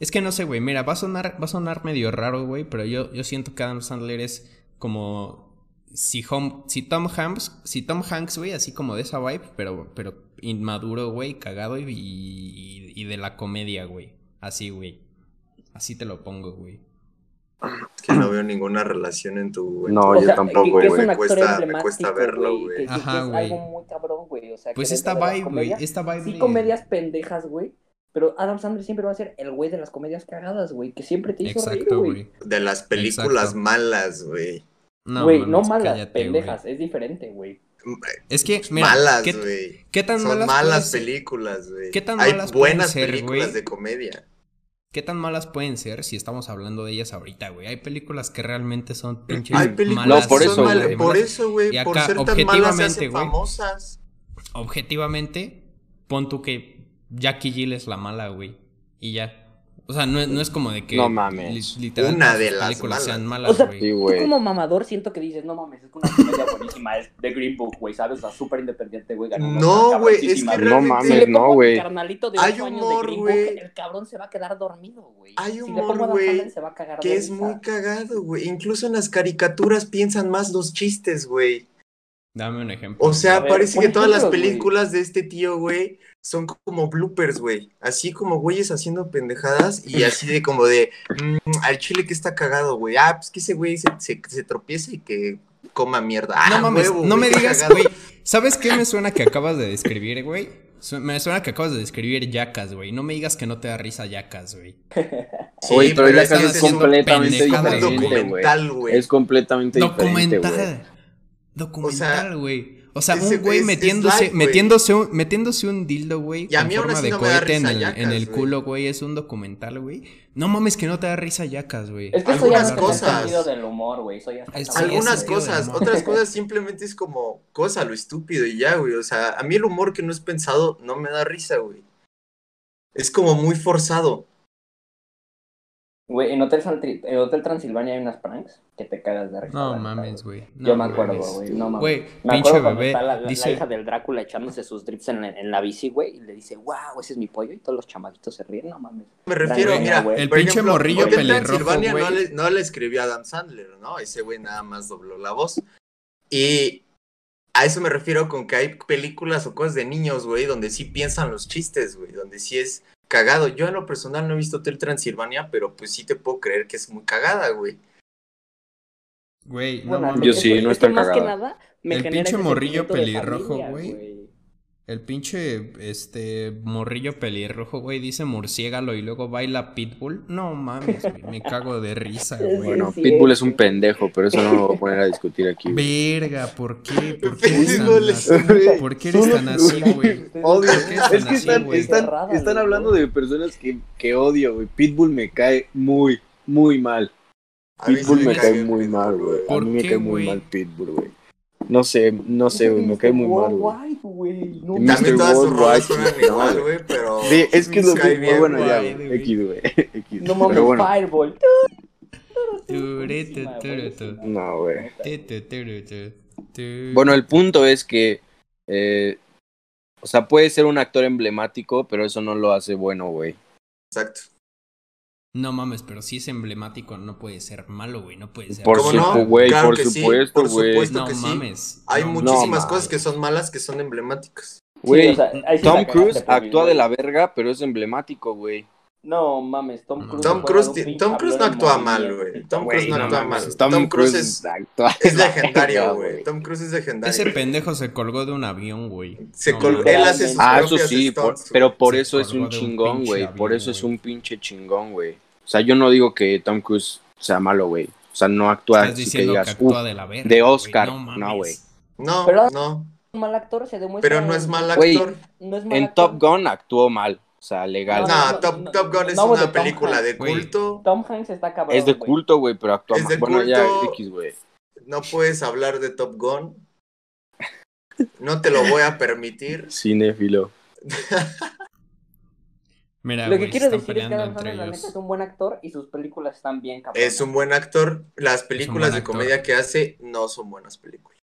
S1: Es que no sé, güey. Mira, va a sonar, va a sonar medio raro, güey. Pero yo, yo siento que Adam Sandler es como. Si, Hom- si Tom Hanks, si Tom Hanks, güey, así como de esa vibe, pero, pero inmaduro, güey, cagado y, y, y de la comedia, güey. Así, güey. Así te lo pongo, güey.
S3: Es que no veo ninguna relación en tu. en
S4: No,
S3: tu-
S4: yo tampoco,
S5: que-
S4: güey.
S5: Que es un
S3: Me
S5: actor
S3: cuesta- me
S5: emblemático,
S3: cuesta verlo,
S5: güey,
S3: güey.
S5: Que, que- que
S1: Ajá,
S5: es
S1: güey.
S5: algo muy cabrón, güey. O sea, que
S1: Pues
S5: dentro
S1: esta
S5: de las
S1: vibe, güey.
S5: comedias-
S1: Esta vibe.
S5: Sí,
S1: de-
S5: comedias pendejas, güey. Pero Adam Sandler siempre va a ser el güey de las comedias cagadas, güey. Que siempre te hizo
S1: Exacto,
S5: reír, güey.
S1: güey.
S3: De las películas
S1: Exacto.
S3: malas, güey.
S5: Güey, no,
S1: mames, pues
S5: malas,
S1: cállate, güey.
S5: pendejas. Es diferente, güey.
S1: Es que, mira,
S3: Malas,
S1: ¿qué,
S3: güey.
S1: qué tan
S3: Son
S1: malas,
S3: malas,
S1: pueden ser-
S3: películas, güey.
S1: ¿Qué tan
S3: Hay
S1: malas pueden
S3: buenas
S1: ser,
S3: películas
S1: güey?
S3: de comedia.
S1: ¿Qué tan malas pueden ser si estamos hablando de ellas ahorita, güey? Hay películas que realmente son pinches
S3: Hay películas
S1: malas.
S4: No, por
S3: que
S4: eso,
S3: son mal-
S4: güey.
S3: por eso,
S1: Y
S3: güey. Por
S1: acá,
S3: ser tan malas se
S1: objetivamente,
S3: hacen
S1: güey.
S3: famosas.
S1: Objetivamente, pon tú que Jackie Jill es la mala, güey. Y ya. O sea, no, es- no es como de que
S4: No mames.
S1: li- literal
S3: Una
S1: todas
S3: de
S1: sus
S3: las
S1: películas
S3: malas.
S1: sean
S5: O
S1: malas,
S5: sea,
S1: güey.
S4: Sí,
S5: Tú
S4: güey.
S5: como mamador siento que dices, no mames, es que una comedia buenísima, es The Green Book, güey, ¿sabes? O sea, súper independiente, güey. ganó un
S3: No,
S5: Oscar,
S3: güey, es que
S5: cabroncísima, güey.
S4: No
S5: Si
S3: realmente-
S5: le
S4: mames,
S5: pongo
S4: no,
S5: a mi
S4: güey.
S5: carnalito de
S3: Hay
S5: 8 años
S3: humor,
S5: de Green
S3: güey.
S5: Book, el cabrón se va a quedar dormido, güey.
S3: Hay
S5: si le
S3: humor,
S5: pongo a Adam
S3: güey,
S5: Sandler, se va a cagar
S3: Que
S5: de
S3: es
S5: risa.
S3: muy cagado, güey. Incluso en las caricaturas piensan más los chistes, güey.
S1: Dame un ejemplo.
S3: O sea,
S5: A ver,
S3: parece
S5: pon
S3: que todas las
S5: ejemplos, güey.
S3: películas de este tío, güey, son como bloopers, güey. Así como güeyes haciendo pendejadas y así de como de, "Mm, al chile que está cagado, güey. Ah, pues que ese güey se, se, se tropieza y que coma mierda. Ah,
S1: no mames,
S3: huevo,
S1: no
S3: güey,
S1: me
S3: qué
S1: digas,
S3: cagado".
S1: güey. ¿Sabes qué me suena que acabas de describir, güey? Su- Me suena que acabas de describir Yacas, güey. No me digas que no te da risa Yacas, güey.
S3: Sí,
S4: Oye, pero la
S3: esa
S4: canción
S3: es
S4: es completamente
S3: un- Este, como
S1: pendejada,
S3: un
S1: güey.
S4: diferente, güey.
S3: documental, güey.
S4: Es completamente diferente, güey.
S1: Documental. Documental, güey. O sea,
S3: ese
S1: un güey
S3: es- es
S1: metiéndose,
S3: live, güey.
S1: metiéndose, un, metiéndose un dildo, güey,
S3: Y a
S1: con
S3: mí aún
S1: forma
S3: así
S1: de
S3: no me da
S1: cohete en
S3: risa
S1: el,
S3: yacas,
S1: en el
S3: güey.
S1: culo, güey. Es un documental, güey. No mames que no te da risa yacas, güey.
S5: Es que eso ya
S3: Algunas
S5: no es el
S3: cosas.
S5: sentido del humor, güey. Soy hasta
S1: Es-
S5: cabrón.
S3: Algunas
S1: sí,
S3: cosas,
S1: güey, no.
S3: otras cosas simplemente es como cosa, lo estúpido y ya, güey. O sea, a mí el humor que no es pensado no me da risa, güey. Es como muy forzado.
S5: Güey, en Hotel, Santri- en Hotel Transilvania hay unas pranks que te cagas de risa. la
S1: No
S5: neta,
S1: mames, güey. No
S5: Yo me acuerdo,
S1: mames.
S5: güey. No mames.
S1: Güey,
S5: Me
S1: pinche
S5: acuerdo cuando
S1: bebé.
S5: está la, la- la
S1: dice,
S5: hija del Drácula echándose sus drips en, la- en la bici, güey, y le dice, wow, ese es mi pollo, y todos los chamaquitos se ríen, no mames.
S3: Me refiero,
S5: Güey,
S3: mira,
S5: güey.
S1: El
S3: por
S1: pinche morrillo
S3: Hotel
S1: pelirrojo,
S3: Transilvania no
S1: güey.
S3: le, no le escribió a Adam Sandler, ¿no? Ese güey nada más dobló la voz. Y a eso me refiero con que hay películas o cosas de niños, güey, donde sí piensan los chistes, güey, donde sí es cagado. Yo en lo personal no he visto Hotel Transilvania, pero pues sí te puedo creer que es muy cagada, güey.
S1: güey, no
S5: Bueno,
S1: mames.
S4: Yo sí,
S5: es-
S4: no
S5: es
S4: está
S5: que más
S4: cagada.
S5: que nada, me
S1: El
S5: genera
S1: pinche
S5: ese
S1: morrillo
S5: sentimiento de
S1: pelirrojo,
S5: familia,
S1: güey. El pinche, este, morrillo pelirrojo, güey, dice murciégalo y luego baila Pitbull. No mames, güey, me cago de risa, güey.
S4: Bueno,
S5: Sí,
S4: Pitbull
S5: sí.
S4: es un pendejo, pero eso no lo voy a poner a discutir aquí. güey.
S1: Verga, ¿por qué? ¿Por qué eres tan
S3: Pitbull es-
S1: así? ¿Por qué eres tan así, güey? ¿Por
S4: Odio.
S1: qué están
S4: Es que
S1: así,
S4: están,
S1: güey?
S4: están-
S5: Cerrada,
S4: están
S5: güey.
S4: hablando de personas que, que odio, güey. Pitbull me cae muy, muy mal.
S3: A mí sí
S4: Pitbull me cae
S3: bien.
S4: muy mal, güey. A
S1: ¿Por
S4: mí me
S1: qué,
S4: cae muy
S1: güey?
S4: mal Pitbull, güey. No sé, no sé, güey. Me cae muy mal, güey.
S5: Worldwide, güey. No,
S4: Mr.
S3: También todas sus
S4: Worldwide,
S3: rolas suenan
S4: güey,
S3: igual,
S4: no,
S3: güey, pero...
S4: Sí, es que es lo
S3: Sky
S4: que...
S3: bien
S4: Bueno, ya,
S1: guay,
S4: güey.
S1: güey.
S4: X, güey. X.
S5: no mames,
S4: Pero bueno,
S5: Fireball.
S1: Ture, tu, turu, tu.
S4: no, güey.
S1: Tu, tu, turu, tu, tu.
S4: Bueno, el punto es que... eh, o sea, puede ser un actor emblemático, pero eso no lo hace bueno, güey.
S3: Exacto.
S1: No mames, pero si es emblemático, no puede ser malo, güey, no puede ser.
S4: Por
S1: malo.
S3: ¿Cómo no?
S4: supuesto, güey,
S3: Claro
S4: por
S3: que sí,
S4: supuesto,
S3: por
S4: güey.
S3: supuesto
S1: No
S3: que sí.
S1: mames.
S3: Hay
S1: no
S3: muchísimas
S1: mames.
S3: cosas que son malas que son emblemáticas.
S4: Güey,
S5: o sea, ahí sí la
S4: Tom
S5: cagaste,
S4: Cruise
S5: Pupi,
S4: actúa
S5: güey.
S4: de la verga, pero es emblemático, güey.
S5: No mames, Tom Cruise.
S3: Tom
S5: fue
S3: Cruise,
S5: un
S3: ti-
S5: pinche
S3: Tom Cruise no
S5: hablón
S3: actúa
S5: de
S3: mal,
S5: movimiento.
S3: güey. Tom Cruise
S1: Güey,
S3: no
S1: no
S3: actúa
S1: mames,
S3: mal. Tom Cruise es,
S4: actúa.
S3: es
S4: Ya,
S3: legendario,
S4: güey.
S3: güey. Tom Cruise es legendario.
S1: Ese pendejo se colgó de un avión, güey.
S3: Se
S1: No
S3: col-
S1: mames.
S3: Él hace sus
S4: Ah, eso
S3: propias
S4: sí, por-
S3: stunts,
S4: pero por
S1: Se
S4: eso es
S1: colgó
S4: un
S1: de un
S4: chingón,
S1: pinche
S4: güey.
S1: avión,
S4: Por eso es
S1: güey.
S4: un pinche chingón, güey. O sea, yo no digo que Tom Cruise sea malo, güey. O sea, no actúa
S1: Estás
S4: así ah, que
S1: diciendo que
S4: digas,
S1: actúa
S4: "Uf".
S1: de la verga.
S4: de
S1: güey,
S4: Oscar.
S1: No,
S4: No,
S1: mames.
S4: güey.
S3: No,
S5: Pero-
S3: no.
S5: Un mal actor se demuestra.
S3: Pero no es mal
S4: Güey,
S3: actor.
S5: no es mal
S4: En
S5: actor.
S4: Top Gun actuó mal. O sea, legal.
S5: No,
S3: No,
S5: no, no,
S3: Top,
S5: no,
S3: Top Gun
S5: no,
S3: es
S5: no,
S3: una
S5: de Tom
S3: película
S5: Hanks.
S3: de
S1: Güey.
S3: culto.
S5: Tom Hanks está cabrón.
S4: es de
S5: güey.
S4: culto, güey, pero actúa
S3: Es
S4: mal.
S3: de
S4: Bueno, ya,
S3: culto.
S4: X, güey.
S3: No puedes hablar de Top Gun. No te lo voy a permitir.
S4: Cinéfilo.
S1: Mira,
S5: Lo
S1: Ah, güey, se
S5: que quiero
S1: están
S5: decir es que
S1: peleando
S5: Adam
S1: entre
S5: Sandler, la neta,
S1: ellos.
S5: es un buen actor y sus películas están bien cabronas.
S3: Es un buen actor. Las películas
S1: buen
S3: de
S1: actor.
S3: comedia que hace no son buenas películas.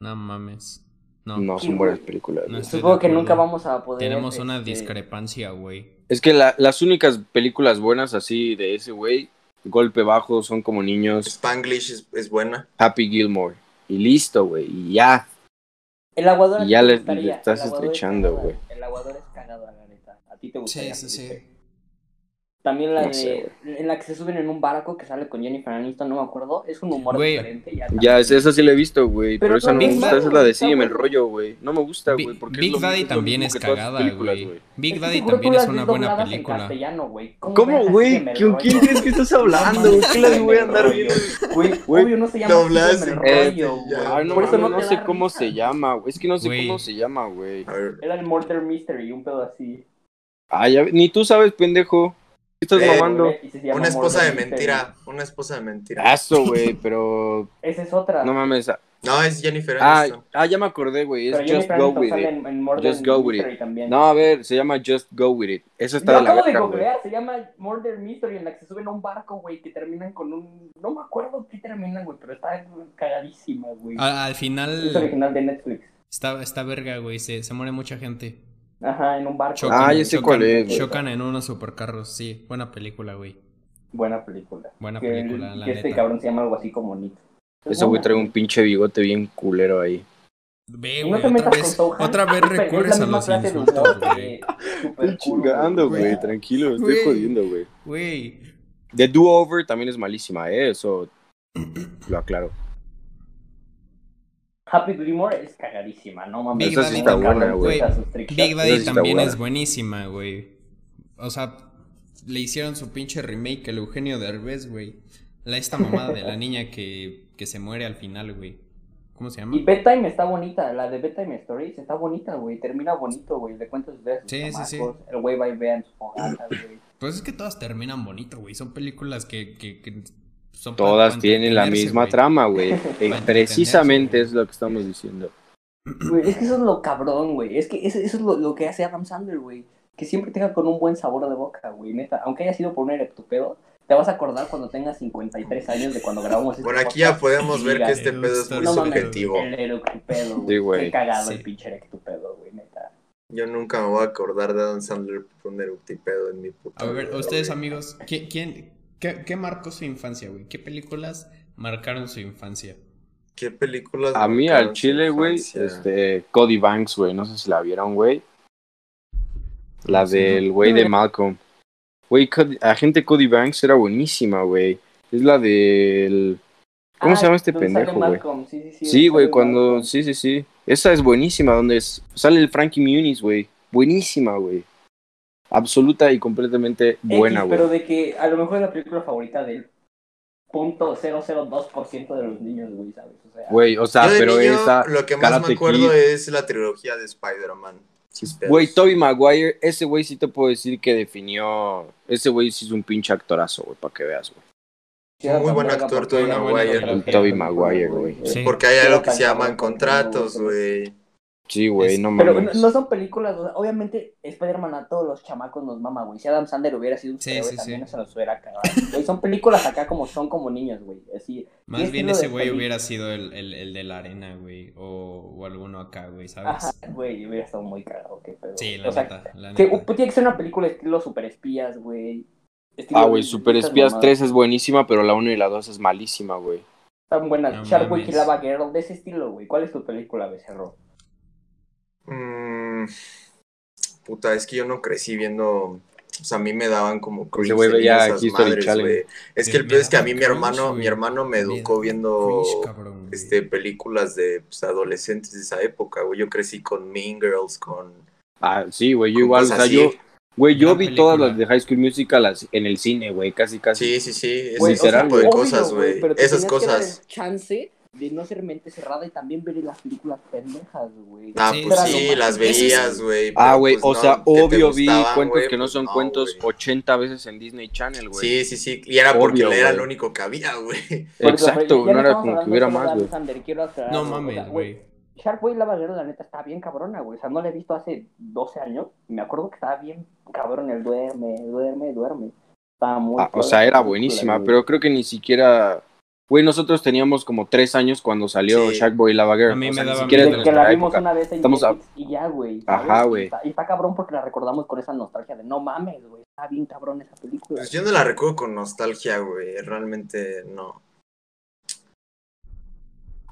S1: No mames. No,
S4: No
S5: Sí,
S4: son buenas
S5: güey.
S4: películas.
S1: No
S4: güey.
S1: estoy de
S5: Supongo que
S1: acuerdo.
S5: nunca vamos a poder.
S1: Tenemos una
S5: este,
S1: discrepancia, güey.
S4: Es que la- las únicas películas buenas así de ese güey, Golpe Bajo, son como niños,
S3: Spanglish es, es buena.
S4: Happy Gilmore. Y listo, güey. Y ya.
S5: El aguador. a
S4: Y
S5: ti
S4: ya
S5: te
S4: le-
S5: gustaría,
S4: le estás
S5: el aguador es
S4: estrechando,
S5: cagada,
S4: güey.
S5: El aguador es cagado, la neta. A ti te gustaría.
S1: Sí, sí, sí.
S5: También la
S4: No
S5: de.
S4: sé,
S5: en la que se suben en un barco que sale con Jennifer Aniston, no me acuerdo. Es un humor
S1: Güey.
S5: diferente. Ya,
S4: Ya, es- esa sí la he visto, güey. Pero,
S5: Pero
S4: esa no me
S1: Big
S4: gusta.
S1: Daddy
S4: Esa es la de
S5: está
S4: Sígueme el
S5: buena.
S4: rollo, güey. No me gusta,
S1: Bi-
S4: güey. Porque es
S1: Big
S4: lo mismo-
S1: Daddy
S4: es lo
S1: también
S4: mismo
S1: es
S4: que todas sus
S1: cagada,
S4: películas,
S1: güey. Big Daddy también es una buena película.
S4: ¿Cómo, güey? ¿Con quién crees que estás hablando? güey? ¿Qué las voy a andar viendo?
S5: Güey,
S4: Güey,
S5: obvio no se llama
S3: dobladas
S5: Sígueme
S4: en
S5: el rollo,
S3: castellano.
S5: güey.
S4: Ay, no,
S5: Por eso
S4: mames,
S5: no
S4: no
S5: te
S4: sé
S5: da
S4: cómo
S5: risa.
S4: se llama, güey. Es que no sé
S1: Güey.
S4: cómo se llama, güey.
S3: A ver.
S5: Era el Murder Mystery, un pedo
S4: Eh,
S5: así.
S4: Ay, ya ve- ni tú sabes, pendejo. ¿Qué estás
S3: Eh,
S4: mamando?
S5: Y se llama
S3: Una esposa de
S5: Murder Mystery.
S3: mentira. Una esposa de mentira.
S4: Eso, güey, pero...
S5: Esa es otra.
S4: No mames,
S3: No, es Jennifer
S4: Ah,
S3: Aniston.
S4: ah, ya me acordé, güey. Es
S5: Pero
S4: Just
S5: Jennifer
S4: Go
S5: Aniston
S4: With
S5: sale
S4: It.
S5: en- en Murder
S4: Just Go With
S5: Mystery también.
S4: No, a ver, se llama Just Go With It. Eso está
S5: Lo
S4: de la
S5: acabo de
S4: verga, güey.
S5: googlear, se llama Murder Mystery, en la que se suben a un barco, güey, que terminan con un... No me acuerdo qué terminan, güey, pero está cagadísima, güey.
S1: A- al
S5: Es
S1: final
S5: original de Netflix.
S1: está, está verga, güey. Se, se muere mucha gente.
S5: Ajá, en un barco.
S1: Chocan,
S4: Ah, ya sé
S1: chocan-
S4: cuál es, güey.
S1: Chocan en unos supercarros, sí. Buena película, güey.
S5: Buena película.
S1: Buena
S5: Que-
S1: película, la
S5: que este
S1: neta.
S5: cabrón se llama algo así como Nick.
S4: Ese güey trae un pinche bigote bien culero ahí.
S1: Ve,
S5: Y
S1: güey,
S5: no te
S1: otra
S5: metas
S1: vez,
S5: con Sohan.
S1: otra vez
S5: pero es la
S1: recurres a
S5: misma
S1: los
S5: clase de
S1: insultos,
S5: humor
S1: güey.
S5: que super cool,
S1: güey, güey.
S4: tranquilo,
S1: estoy Güey. jodiendo,
S4: güey.
S1: Güey,
S4: The Do-Over también es malísima, ¿eh? Eso lo aclaro.
S5: Happy Gilmore es cagadísima, no mames.
S1: Big
S4: Esa sí
S1: Daddy
S4: está
S1: también,
S4: buena,
S1: güey.
S5: Sus trick
S1: Big
S5: shots.
S1: Daddy
S4: está
S1: también
S4: buena.
S1: es buenísima, güey. O sea, le hicieron su pinche remake el Eugenio Derbez, güey. La esta mamada de la niña que, que se muere al final, güey. ¿Cómo se llama?
S5: Y Bedtime está bonita, la de Bedtime Stories está bonita, güey. Termina bonito, güey. Le cuentas de sus
S1: Sí, sí, sí.
S5: chamacos, El güey va y ve a sus fogatas, güey.
S1: Pues es que todas terminan bonito, güey. Son películas que, que, que son pa-
S4: Todas
S1: pa
S4: tienen la
S1: entretenerse,
S4: misma
S1: güey.
S4: trama, güey. Eh,
S1: Para entretenerse,
S4: Precisamente
S1: güey.
S4: es lo que estamos diciendo.
S5: Güey, Es que eso es lo cabrón, güey. Es que eso, eso es lo, lo que hace Adam Sandler, güey. Que siempre tenga con un buen sabor de boca, güey. Neta, aunque haya sido por un erectopedo, te vas a acordar cuando tengas 53 años de cuando grabamos este
S3: Por aquí ya
S5: podcast.
S3: podemos ver que
S5: Mira,
S3: este pedo es muy
S1: no
S5: mames,
S3: subjetivo.
S5: El erectopedo,
S4: Sí,
S5: güey.
S4: güey.
S5: Qué cagado el
S1: Sí.
S5: pinche erectopedo, güey, neta.
S3: Yo nunca me voy a acordar de Adam Sandler por un eructipedo en mi puta
S1: A ver,
S3: vida,
S1: ustedes
S3: güey.
S1: amigos, ¿quién, quién, qué, qué marcó su infancia, güey? ¿Qué películas marcaron su infancia?
S3: ¿Qué películas?
S4: A mí,
S3: marcaron
S4: al
S3: su
S4: chile, güey,
S3: infancia?
S4: este, Cody Banks, güey. No sé si la vieron, güey. La
S1: Sí.
S4: del güey de Malcolm. Güey, Cody- agente Cody Banks era buenísima, güey. Es la del... ¿Cómo se llama este
S5: Ah, donde sale
S4: pendejo, güey?
S5: Malcolm, Sí, sí, sí,
S4: Sí,
S5: donde
S4: güey,
S5: sale
S4: cuando...
S5: Malcolm.
S4: Sí, sí, sí. Esa es buenísima, donde es- sale el Frankie Muniz, güey. Buenísima, güey. Absoluta y completamente buena,
S5: X,
S4: güey.
S5: Pero de que a lo mejor es la película favorita del punto 002% de los niños, güey, ¿sabes? O sea,
S4: Güey, o sea,
S3: Yo de
S4: pero
S3: niño,
S4: esa.
S3: lo que más
S4: Karate
S3: me acuerdo
S4: Kid.
S3: es la trilogía de Spider-Man. Sin pedos.
S4: Güey, Toby Maguire, ese güey sí te puedo decir que definió. Ese güey sí es un pinche actorazo, güey, para que veas, güey.
S5: sí era
S3: muy
S5: tan
S3: buen
S5: verga
S3: actor,
S5: porque
S3: Tobey
S5: era-
S3: Maguire.
S5: era-
S4: El Tobey Maguire, güey.
S1: Sí.
S3: Porque hay algo que
S5: Tan
S3: se llaman
S5: cabrón,
S3: contratos,
S5: tan
S3: güey.
S4: Sí, güey, no
S5: Pero
S4: mames.
S5: no, no son películas, o sea, obviamente Spider-Man a todos los chamacos nos mama, güey. Si Adam Sandler hubiera sido un
S1: Sí,
S5: superhéroe,
S1: sí,
S5: también
S1: sí.
S5: se nos hubiera cagado. Güey, son películas acá como son como niños, güey. Así,
S1: Más
S5: es
S1: bien
S5: lo
S1: ese
S5: de
S1: güey
S5: Felipe.
S1: hubiera sido el, el, el de la arena, güey. O, o alguno acá, güey, ¿sabes?
S5: ajá, güey, hubiera estado muy cagado, qué pedo.
S1: Ah, Sí, la
S5: o sea,
S1: neta. La
S5: que,
S1: neta.
S5: pues, tiene que ser una película estilo superespías, güey. Estilo
S4: Ah, güey,
S5: de-
S4: Super
S5: de esas
S4: Espías
S5: mamadas.
S4: 3 es buenísima, pero la 1 y la 2 es malísima, güey.
S5: Tan buena.
S1: No
S5: Sharkboy
S1: mames.
S5: Killaba Girl, de ese estilo, güey. ¿Cuál es tu película, Becerro?
S3: Mm, puta, es que yo no crecí viendo. O sea, a mí me daban como
S4: Ese güey
S3: de niño
S4: veía
S3: esas
S4: History
S3: madres,
S4: Channel.
S3: güey. Es
S1: Sí,
S3: que el
S1: me
S3: peor es que a
S1: daba
S3: mí mi
S1: cringe,
S3: hermano,
S1: güey.
S3: mi hermano me
S1: Me
S3: educó
S1: daba
S3: viendo
S1: Cringe, cabrón, güey.
S3: este películas de pues, adolescentes de esa época, güey. Yo crecí con Mean Girls, con.
S4: Ah, sí, güey, yo
S3: con
S4: igual, o
S3: cosas
S4: sea, yo,
S3: Pues así.
S4: güey, yo
S1: Gran
S4: vi todas
S1: película.
S4: las de High School Musical las- en el cine, güey, casi, casi.
S3: Sí, sí, sí. Ese
S4: Güey, o sea,
S3: tipo de
S5: obvio,
S3: cosas, güey.
S5: pero te
S3: Esas
S5: tenías que dar
S3: cosas.
S5: el chance de no ser mente cerrada y también ver las películas pendejas, güey.
S3: Ah,
S1: Sí,
S3: pues
S5: era lo
S3: sí,
S5: más-
S3: las
S1: Ese es-
S3: veías, güey.
S4: Ah,
S3: pero,
S4: güey,
S3: pues,
S4: o
S3: no,
S4: sea,
S3: ¿qué te
S4: obvio vi
S3: gustaban,
S4: cuentos
S3: güey?
S4: que no
S3: Pues
S4: son cuentos
S3: güey.
S4: 80 veces en Disney Channel, güey.
S3: Sí, sí, sí. Y era porque
S4: Obvio,
S3: era
S4: güey.
S3: lo único que había, güey.
S5: Por eso,
S4: Exacto,
S5: ya
S4: no era
S5: estamos
S4: como que
S5: hablando
S4: hubiera
S5: solo de
S4: más,
S5: Adam
S4: güey.
S5: Sandler, quiero aclarar
S1: No
S5: algo, o sea,
S1: mames, güey.
S5: Sharkboy Lava Girl, la neta, está bien cabrona, güey. O sea, no la he visto hace 12 años. y Me acuerdo que estaba bien cabrón el duerme, duerme, duerme. Estaba muy...
S4: Ah, o
S5: chula
S4: sea,
S5: la
S4: era
S5: película,
S4: buenísima,
S5: güey.
S4: pero creo que ni siquiera... Güey, nosotros teníamos como tres años cuando salió
S3: Sí.
S4: Sharkboy y Lava Girl.
S1: A mí
S4: o
S1: me
S4: sea, ni
S1: daba
S4: siquiera
S1: miedo.
S4: es de
S5: Desde que la
S4: nuestra
S5: vimos
S4: época.
S5: una vez en
S4: Estamos a-
S5: Netflix y ya, güey.
S4: Ajá,
S5: ¿sabes? Y
S4: güey.
S5: está- Y está cabrón porque la recordamos con esa nostalgia de no mames, güey. Está bien cabrón esa película.
S3: Pues yo no la recuerdo con nostalgia, güey. Realmente no.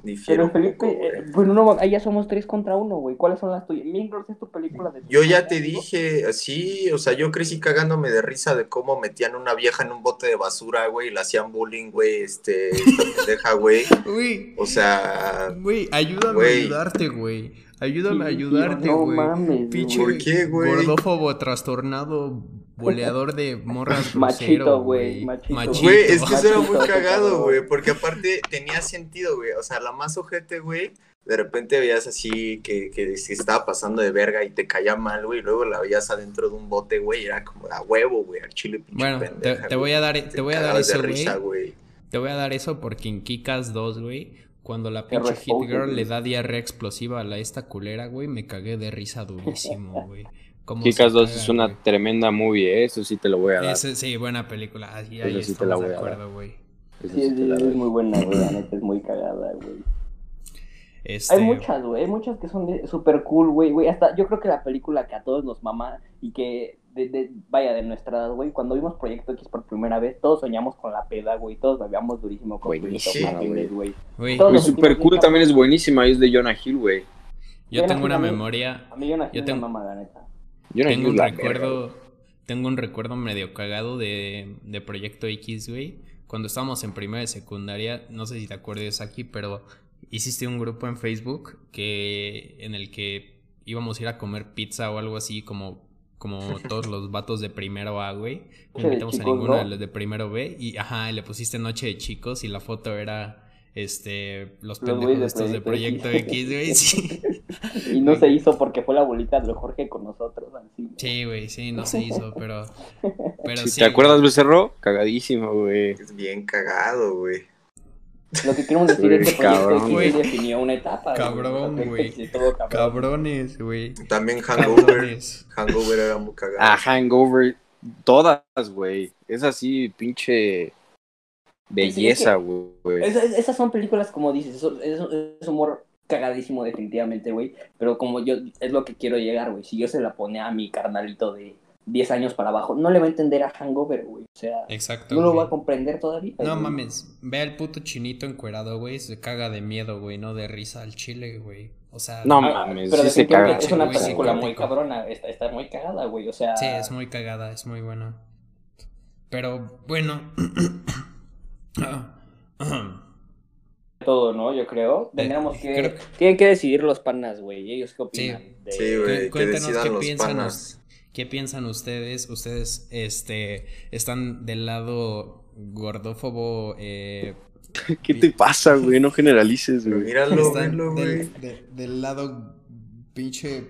S3: Difiero.
S5: Pero
S3: un poco,
S5: Felipe, eh,
S3: güey.
S5: bueno, no, ahí ya somos tres contra uno, güey. ¿Cuáles son las tuyas? Mean Girls es tu película de...
S3: Yo ya te dije, así, o sea, yo crecí cagándome de risa de cómo metían una vieja en un bote de basura, güey, y la hacían bullying, güey, este, esta pendeja, güey.
S1: Güey,
S3: O sea,
S1: güey, ayúdame
S3: Güey.
S1: a ayudarte, güey. Ayúdame a
S5: Sí, tío,
S1: ayudarte,
S5: no
S1: güey.
S5: mames,
S1: Pinche
S3: ¿por qué, güey?
S1: gordófobo, trastornado, boleador de morras
S5: Machito,
S1: grosero,
S5: güey, machito.
S3: güey, es que eso era muy
S5: Machito,
S3: cagado,
S5: cabrón.
S3: güey, porque aparte tenía sentido, güey, o sea, la más ojete, güey, de repente veías así que, que se estaba pasando de verga y te caía mal, güey, y luego la veías adentro de un bote, güey, y era como a huevo, güey, al chile pinche
S1: Bueno, te,
S3: pendeja,
S1: te
S3: güey.
S1: voy a dar, e, te voy a dar
S3: cagabas de
S1: eso, güey.
S3: risa, güey.
S1: Te voy a dar eso porque en Kikas 2, güey, cuando la
S5: Te
S1: pinche Hit
S5: respondo,
S1: Girl
S5: güey.
S1: le da diarrea explosiva a la esta culera, güey, me cagué de risa durísimo, güey. Cómo
S4: Chicas
S1: se
S4: 2
S1: caga,
S4: es una
S1: güey.
S4: tremenda movie, eh, eso sí te lo voy a dar.
S1: Ese- eh, sí, buena película. Ahí,
S4: Esa
S1: ahí
S4: sí te
S1: estamos
S4: la voy
S1: de
S4: a dar.
S1: acuerdo, güey.
S4: Eso
S5: Sí,
S4: sí te
S5: sí,
S4: la
S5: es
S4: doy.
S5: muy buena, güey. La neta es muy cagada, güey.
S1: Este,
S5: Hay muchas, güey. Hay muchas que son de- super cool, güey. güey. Hasta yo creo que la película que a todos nos mama y que, de, de- vaya, de nuestra edad, güey. Cuando vimos Proyecto X por primera vez, todos soñamos con la peda, güey. Todos bebíamos durísimo con
S4: Buenísimo,
S5: Proyecto X,
S4: güey.
S5: güey.
S1: güey,
S5: todo-
S4: Güey, Super Cool también es buenísima, es de Jonah Hill, güey.
S1: yo tengo una
S5: Imagínate.
S1: memoria,
S5: A mí yo nací
S1: Yo
S5: en
S1: tengo-
S5: la mamá, la neta.
S4: Jonah
S1: tengo
S4: Hill
S1: un
S4: es la verga, güey.
S1: recuerdo, tengo un recuerdo medio cagado de, de Proyecto X, güey. Cuando estábamos en primera y secundaria, no sé si te acuerdas aquí, pero hiciste un grupo en Facebook que en el que íbamos a ir a comer pizza o algo así como como todos los vatos de primero A, güey. No
S5: Noche de
S1: invitamos a
S5: chicos,
S1: ninguno
S5: ¿no?
S1: de los de primero B y ajá, y le pusiste Noche de chicos y la foto era este los
S5: Los
S1: pendejos
S5: güeyes de
S1: estos de
S5: Proyecto
S1: Proyecto
S5: X.
S1: X, güey. Sí.
S5: Y no se hizo porque fue la abuelita de Jorge con nosotros, así.
S1: Sí, güey, sí, no se hizo, pero. pero
S4: Si
S1: sí,
S4: te
S1: güey.
S4: acuerdas, Becerro, cagadísimo, güey.
S3: Es bien cagado, güey.
S5: Lo que queremos decir es que
S4: Cabrón,
S5: Proyecto
S1: güey.
S5: X definió una etapa.
S1: Cabrón,
S5: Proyecto
S1: güey.
S5: X estuvo cabrón.
S1: Cabrones, güey.
S3: También Hangover.
S1: Cabrones.
S3: Hangover era muy cagado.
S4: Ah, Hangover, todas, güey. Es así, pinche
S5: Pues
S4: belleza, güey.
S5: Es- es- esas son películas, como dices, eso- eso- es, humor cagadísimo definitivamente, güey. Pero como yo, es lo que quiero llegar, güey. Si yo se la ponía a mi carnalito de 10 años para abajo, no le va a entender a Hangover, güey. O sea,
S1: Exacto.
S5: no lo
S1: güey.
S5: va a comprender todavía.
S1: No
S5: güey.
S1: mames, ve al puto chinito encuerado, güey. Se caga de miedo, güey, no de risa al chile, güey. O sea,
S4: No
S5: Ah,
S4: mames,
S5: pero
S4: sí se
S5: definitivamente
S4: caga.
S5: Es una
S1: güey, sí,
S5: película
S1: güey.
S5: muy cabrona, está, está muy cagada, güey. O sea,
S1: sí, es muy cagada, es muy buena. Pero bueno.
S5: todo, ¿no? Yo creo. Tendríamos que...
S1: Eh, creo que-
S5: Tienen que decidir los panas, güey. ¿Ellos qué opinan? de-
S3: Sí,
S1: Cu-
S3: güey, que
S1: Cuéntanos
S3: decidan
S1: qué
S3: los
S1: piensan,
S3: panas.
S1: us- qué piensan ustedes. Ustedes este, están del lado gordófobo. eh,
S4: ¿Qué te pasa, güey? No generalices, güey.
S3: Míralo,
S1: están
S3: velo, güey.
S1: del, de- del lado pinche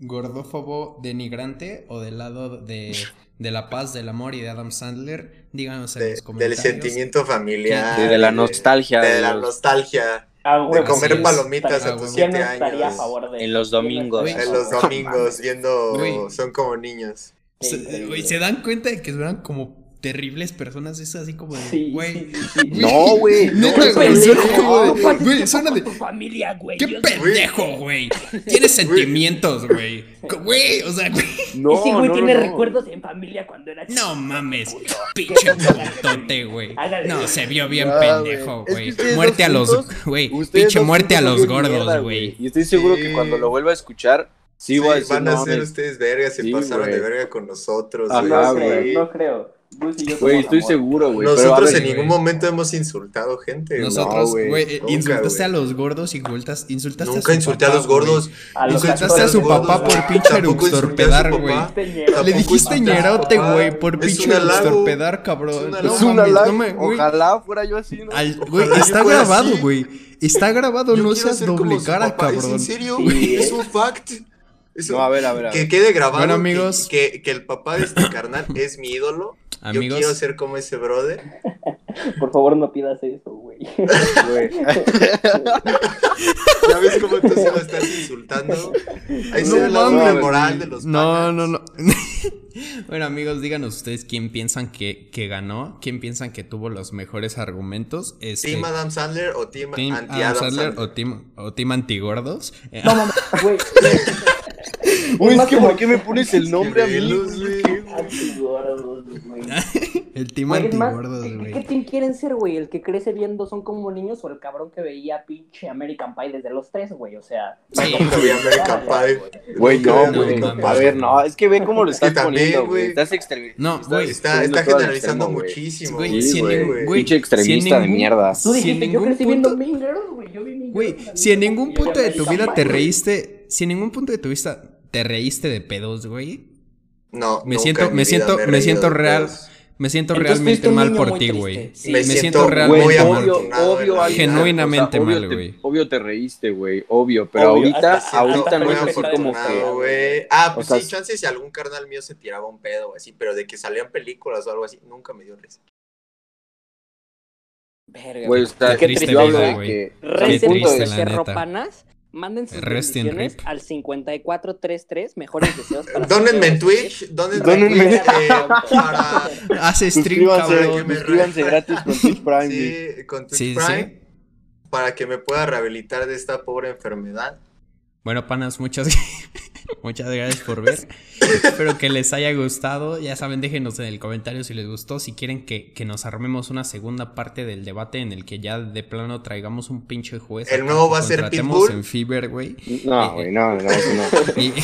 S1: gordófobo denigrante o del lado de, de la paz, del amor y de Adam Sandler. Díganos en
S3: De-
S1: los
S3: del
S1: comentarios.
S3: sentimiento familiar.
S4: Sí, de la nostalgia.
S3: De la
S4: los-
S3: nostalgia.
S5: Ah,
S3: De
S5: güey,
S3: comer
S5: sí.
S3: palomitas
S1: Ah,
S3: a tus
S1: huevo.
S5: ¿Quién no
S3: siete
S5: estaría a
S3: años.
S5: favor de
S4: En los
S5: ¿Quién no
S4: domingos.
S5: estaría a
S3: En
S5: favor?
S3: los domingos,
S1: Güey.
S3: viendo. Son como niños.
S5: Sí,
S1: Se, eh, güey,
S5: increíble.
S1: se dan cuenta de que eran como terribles personas, es así como de,
S5: Sí,
S1: güey.
S5: sí, sí, sí.
S4: No, güey.
S1: No,
S4: no,
S1: güey,
S4: güey.
S1: suena como de-
S5: pendejo.
S1: güey, suena de,
S5: Tu familia, güey.
S1: ¡Qué
S5: Yo-
S1: pendejo, güey! Tienes sentimientos, güey. Güey, o sea, güey,
S4: No,
S5: Ese güey
S4: no,
S5: tiene
S4: no.
S5: recuerdos en familia cuando era chico.
S1: no mames. Pinche putote, güey. No, se vio bien
S4: Ah,
S1: pendejo,
S4: güey. Es
S1: güey.
S4: que ustedes
S1: muerte a
S4: dos
S1: los.
S4: juntos-
S1: Güey,
S4: Ustedes
S1: pinche
S4: dos
S1: muerte a
S4: juntos
S1: los
S4: son bien mierda,
S1: gordos, güey.
S4: Y estoy seguro que
S3: Sí.
S4: cuando lo vuelva a escuchar, sí,
S3: Sí,
S4: voy a decir,
S3: van a
S4: no,
S3: ser este,
S4: me-
S3: ustedes vergas, se
S4: Sí,
S3: pasaron
S4: güey.
S3: de verga con nosotros.
S4: Ajá,
S5: No
S3: güey.
S5: creo,
S4: güey.
S5: no creo. Gus y yo
S4: Güey,
S5: somos
S4: estoy
S5: amor.
S4: seguro, güey. pero a
S3: Nosotros
S4: ver,
S3: en ningún
S1: güey.
S3: momento hemos insultado gente. güey.
S1: Nosotros,
S4: güey,
S1: güey, eh,
S3: nunca,
S1: insultaste
S3: güey.
S1: a los gordos, insultas, insultaste
S3: Nunca
S1: a su
S3: insulté a
S1: papá,
S3: los gordos.
S5: A los
S1: Insultaste a
S5: actores
S1: su
S5: gordos,
S1: papá
S5: güey.
S1: por pinche
S3: Tampoco insulté a su
S1: eructorpedar,
S3: papá.
S1: güey.
S5: Peñero.
S1: Le dijiste
S5: Ah,
S3: insultaste a su
S1: ñerote,
S3: papá.
S1: güey, por
S3: Es
S1: pinche
S3: un halago.
S1: eructorpedar, cabrón.
S3: Es
S4: Es
S1: No
S4: un
S1: mames,
S4: halago.
S1: no me- güey.
S4: Ojalá fuera yo así, ¿no?
S1: Al- güey,
S3: Ojalá yo
S1: está
S3: fuera
S1: grabado,
S3: así.
S1: güey. Está grabado,
S3: Yo
S1: no
S3: quiero
S1: seas
S3: ser como
S1: doble
S3: su
S1: cara,
S3: papá.
S1: cabrón.
S3: ¿Es en serio?
S5: Sí,
S3: güey?
S5: ¿eh?
S3: Es un fact. Es
S4: No,
S3: un-
S4: a ver, a ver. A
S3: Que
S4: ver.
S3: quede grabado
S1: Bueno,
S3: que-
S1: amigos.
S3: Que, que, el papá de este carnal es mi ídolo. Yo quiero
S1: Amigos,
S3: ser como ese brother.
S5: Por favor, no pidas eso, güey.
S4: güey.
S3: ¿Ya ves cómo tú se lo estás insultando? Ahí
S1: No
S3: se ve la doble
S4: mames.
S3: moral de los
S1: no,
S3: panas.
S1: no, no. bueno, amigos, díganos ustedes quién piensan que, que ganó, quién piensan que tuvo los mejores argumentos. Este,
S3: ¿Team Adam Sandler o Team,
S1: Team
S3: Anti
S1: Adam
S3: Adam
S1: Sandler
S3: Sandler?
S1: o Team, o team Antigordos. Eh,
S5: No mames, güey.
S4: Güey, es que
S5: como-
S4: ¿por qué me pones el nombre a mí?
S3: Revelos,
S4: güey?
S3: güey.
S5: Antigordos, güey.
S1: el Team
S5: Güey, es más,
S1: Antigordos,
S5: ¿qué-
S1: güey.
S5: ¿Qué team quieren ser, güey? ¿El que crece viendo son como niños o el cabrón que veía pinche American Pie desde los tres, güey? O sea...
S1: Sí,
S3: Nunca vi American Pie.
S4: Güey,
S3: Nunca
S4: no,
S3: vi
S4: güey.
S3: American
S4: A
S3: Pie.
S4: ver, no, es que ve cómo lo
S3: Es que
S4: estás
S3: también,
S4: poniendo, güey.
S3: güey.
S4: Estás exterminando.
S1: No, güey.
S3: Está, está generalizando muchísimo.
S1: Güey,
S3: güey.
S1: si en
S4: Sí,
S1: ningún-
S3: güey.
S1: güey,
S4: Pinche
S1: si
S4: extremista
S1: en
S4: de
S1: ningún-
S4: mierda.
S5: Tú
S1: si en
S5: dijiste, yo
S1: ningún
S5: crecí
S1: punto-
S5: viendo Mean Girls, güey. Yo vi Mean
S1: Güey,
S5: Girls,
S1: si en
S5: amigo,
S1: ningún
S5: y yo
S1: punto de
S5: American
S1: tu vida
S5: Pie,
S1: te
S5: güey.
S1: reíste, si en ningún punto de tu vista te reíste de pedos, güey,
S3: No,
S1: Me
S3: nunca
S1: siento-
S3: en mi
S1: me
S3: vida
S1: siento-
S3: he
S1: me siento
S3: reído de
S1: real.
S3: ustedes.
S1: me siento
S5: Entonces, fuiste
S1: realmente
S5: un
S1: mal
S5: niño
S1: por
S5: muy
S1: ti,
S5: triste.
S1: güey.
S5: Sí.
S1: Me
S3: Me
S1: siento
S3: siento
S1: realmente
S3: muy
S1: mal.
S4: obvio,
S3: afortunado en
S4: obvio,
S3: la
S4: alguien-
S3: vida.
S1: Genuinamente
S4: o sea, obvio
S1: mal,
S4: te-
S1: güey.
S4: Obvio te reíste, güey, obvio, pero
S5: Obvio, hasta-
S4: ahorita,
S3: Me siento
S4: ahorita no
S3: muy
S4: es así
S5: afectado,
S4: como que...
S3: afortunado, güey. Ah, pues
S4: O sea,
S3: sí, chance si algún carnal mío se tiraba un pedo o así, pero de que salían películas o algo así, nunca me dio risa.
S5: Verga,
S4: Güey, o sea,
S1: Qué triste
S4: yo hablo
S1: vida,
S4: de
S1: güey.
S4: que...
S5: Rest
S4: Qué
S5: en
S4: triste,
S5: peace,
S1: la
S5: Cerro
S1: neta.
S5: Panas. Manden sus
S1: Rest in
S5: bendiciones
S1: rip.
S5: al 5433. Mejores deseos para
S3: Dónenme en
S5: ustedes.
S3: Twitch, dónenme en
S4: Dónenme-
S3: Twitch eh, para.
S1: Hace stream,
S4: Suscríbanse,
S1: cabrón.
S3: me
S4: suscríbanse
S3: re-
S4: gratis con Twitch Prime, güey.
S3: Sí, con Twitch
S1: Sí, sí,
S3: Prime,
S1: sí.
S3: para que me pueda rehabilitar de esta pobre enfermedad.
S1: Bueno, panas, muchas, muchas gracias por ver. Espero que les haya gustado. Ya saben, déjenos en el comentario si les gustó. Si quieren que, que nos armemos una segunda parte del debate en el que ya de plano traigamos un pinche juez.
S3: El
S1: acá
S3: nuevo
S1: que
S3: va a ser
S1: contratemos
S3: Pitbull.
S1: en Fever, güey.
S4: No, güey, no, no, no.
S1: Y,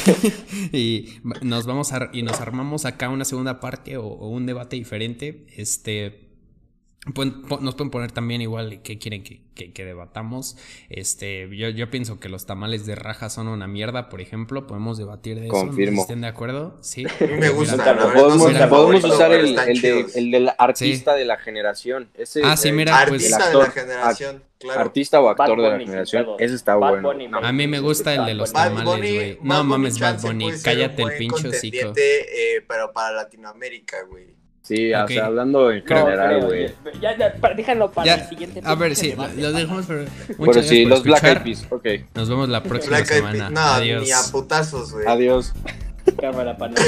S1: y nos vamos a, y nos armamos acá una segunda parte o, o un debate diferente. Este pueden- po- nos pueden poner también igual qué quieren que, que- que debatamos. Este, yo, yo pienso que los tamales de raja son una mierda, por ejemplo. Podemos debatir de eso.
S4: Confirmo.
S1: ¿no? ¿Estén de acuerdo? Sí.
S3: A mí me gusta.
S1: Mira.
S3: la verdad,
S4: Podemos,
S3: no soy
S1: mira,
S3: mi
S4: podemos
S3: favorito,
S4: usar
S3: pero
S4: el,
S3: están
S4: el de-
S3: chidos.
S4: el del artista de la generación. Ese,
S1: Ah, sí,
S4: eh,
S1: mira, pues,
S3: Artista
S4: el
S3: de la
S4: actor,
S3: generación, claro.
S4: Artista o actor
S5: Bad
S4: de la
S5: Bunny,
S4: generación.
S5: sin pedos.
S4: Ese está
S5: Bad
S4: bueno.
S5: Bunny,
S4: No,
S1: A mí me gusta el de los
S5: Bad
S1: tamales,
S3: Bunny-
S1: güey.
S3: Bad
S1: No
S3: Bunny
S1: mames, Bad
S3: chance
S1: Bunny.
S3: puede ser un
S1: Cállate el
S3: buen
S1: pincho hocico.
S3: contendiente, eh, pero para Latinoamérica, güey.
S4: Sí, o
S1: Ok.
S4: sea, hablando en
S5: No,
S4: general,
S5: creo,
S4: güey.
S5: Ya, ya, para- déjalo para
S1: Ya,
S5: el siguiente.
S1: A ver, sí,
S5: debate,
S1: los
S5: pana.
S1: dejamos. Pero
S4: Bueno,
S1: muchas
S4: sí,
S1: gracias por
S4: los Black Eyed
S1: escuchar.
S4: Peas. Ok,
S1: Nos vemos la próxima
S3: Black Eyed
S1: semana.
S3: Peas. No,
S1: Adiós.
S3: ni a putazos, güey.
S4: adiós.
S5: Cámara, pana.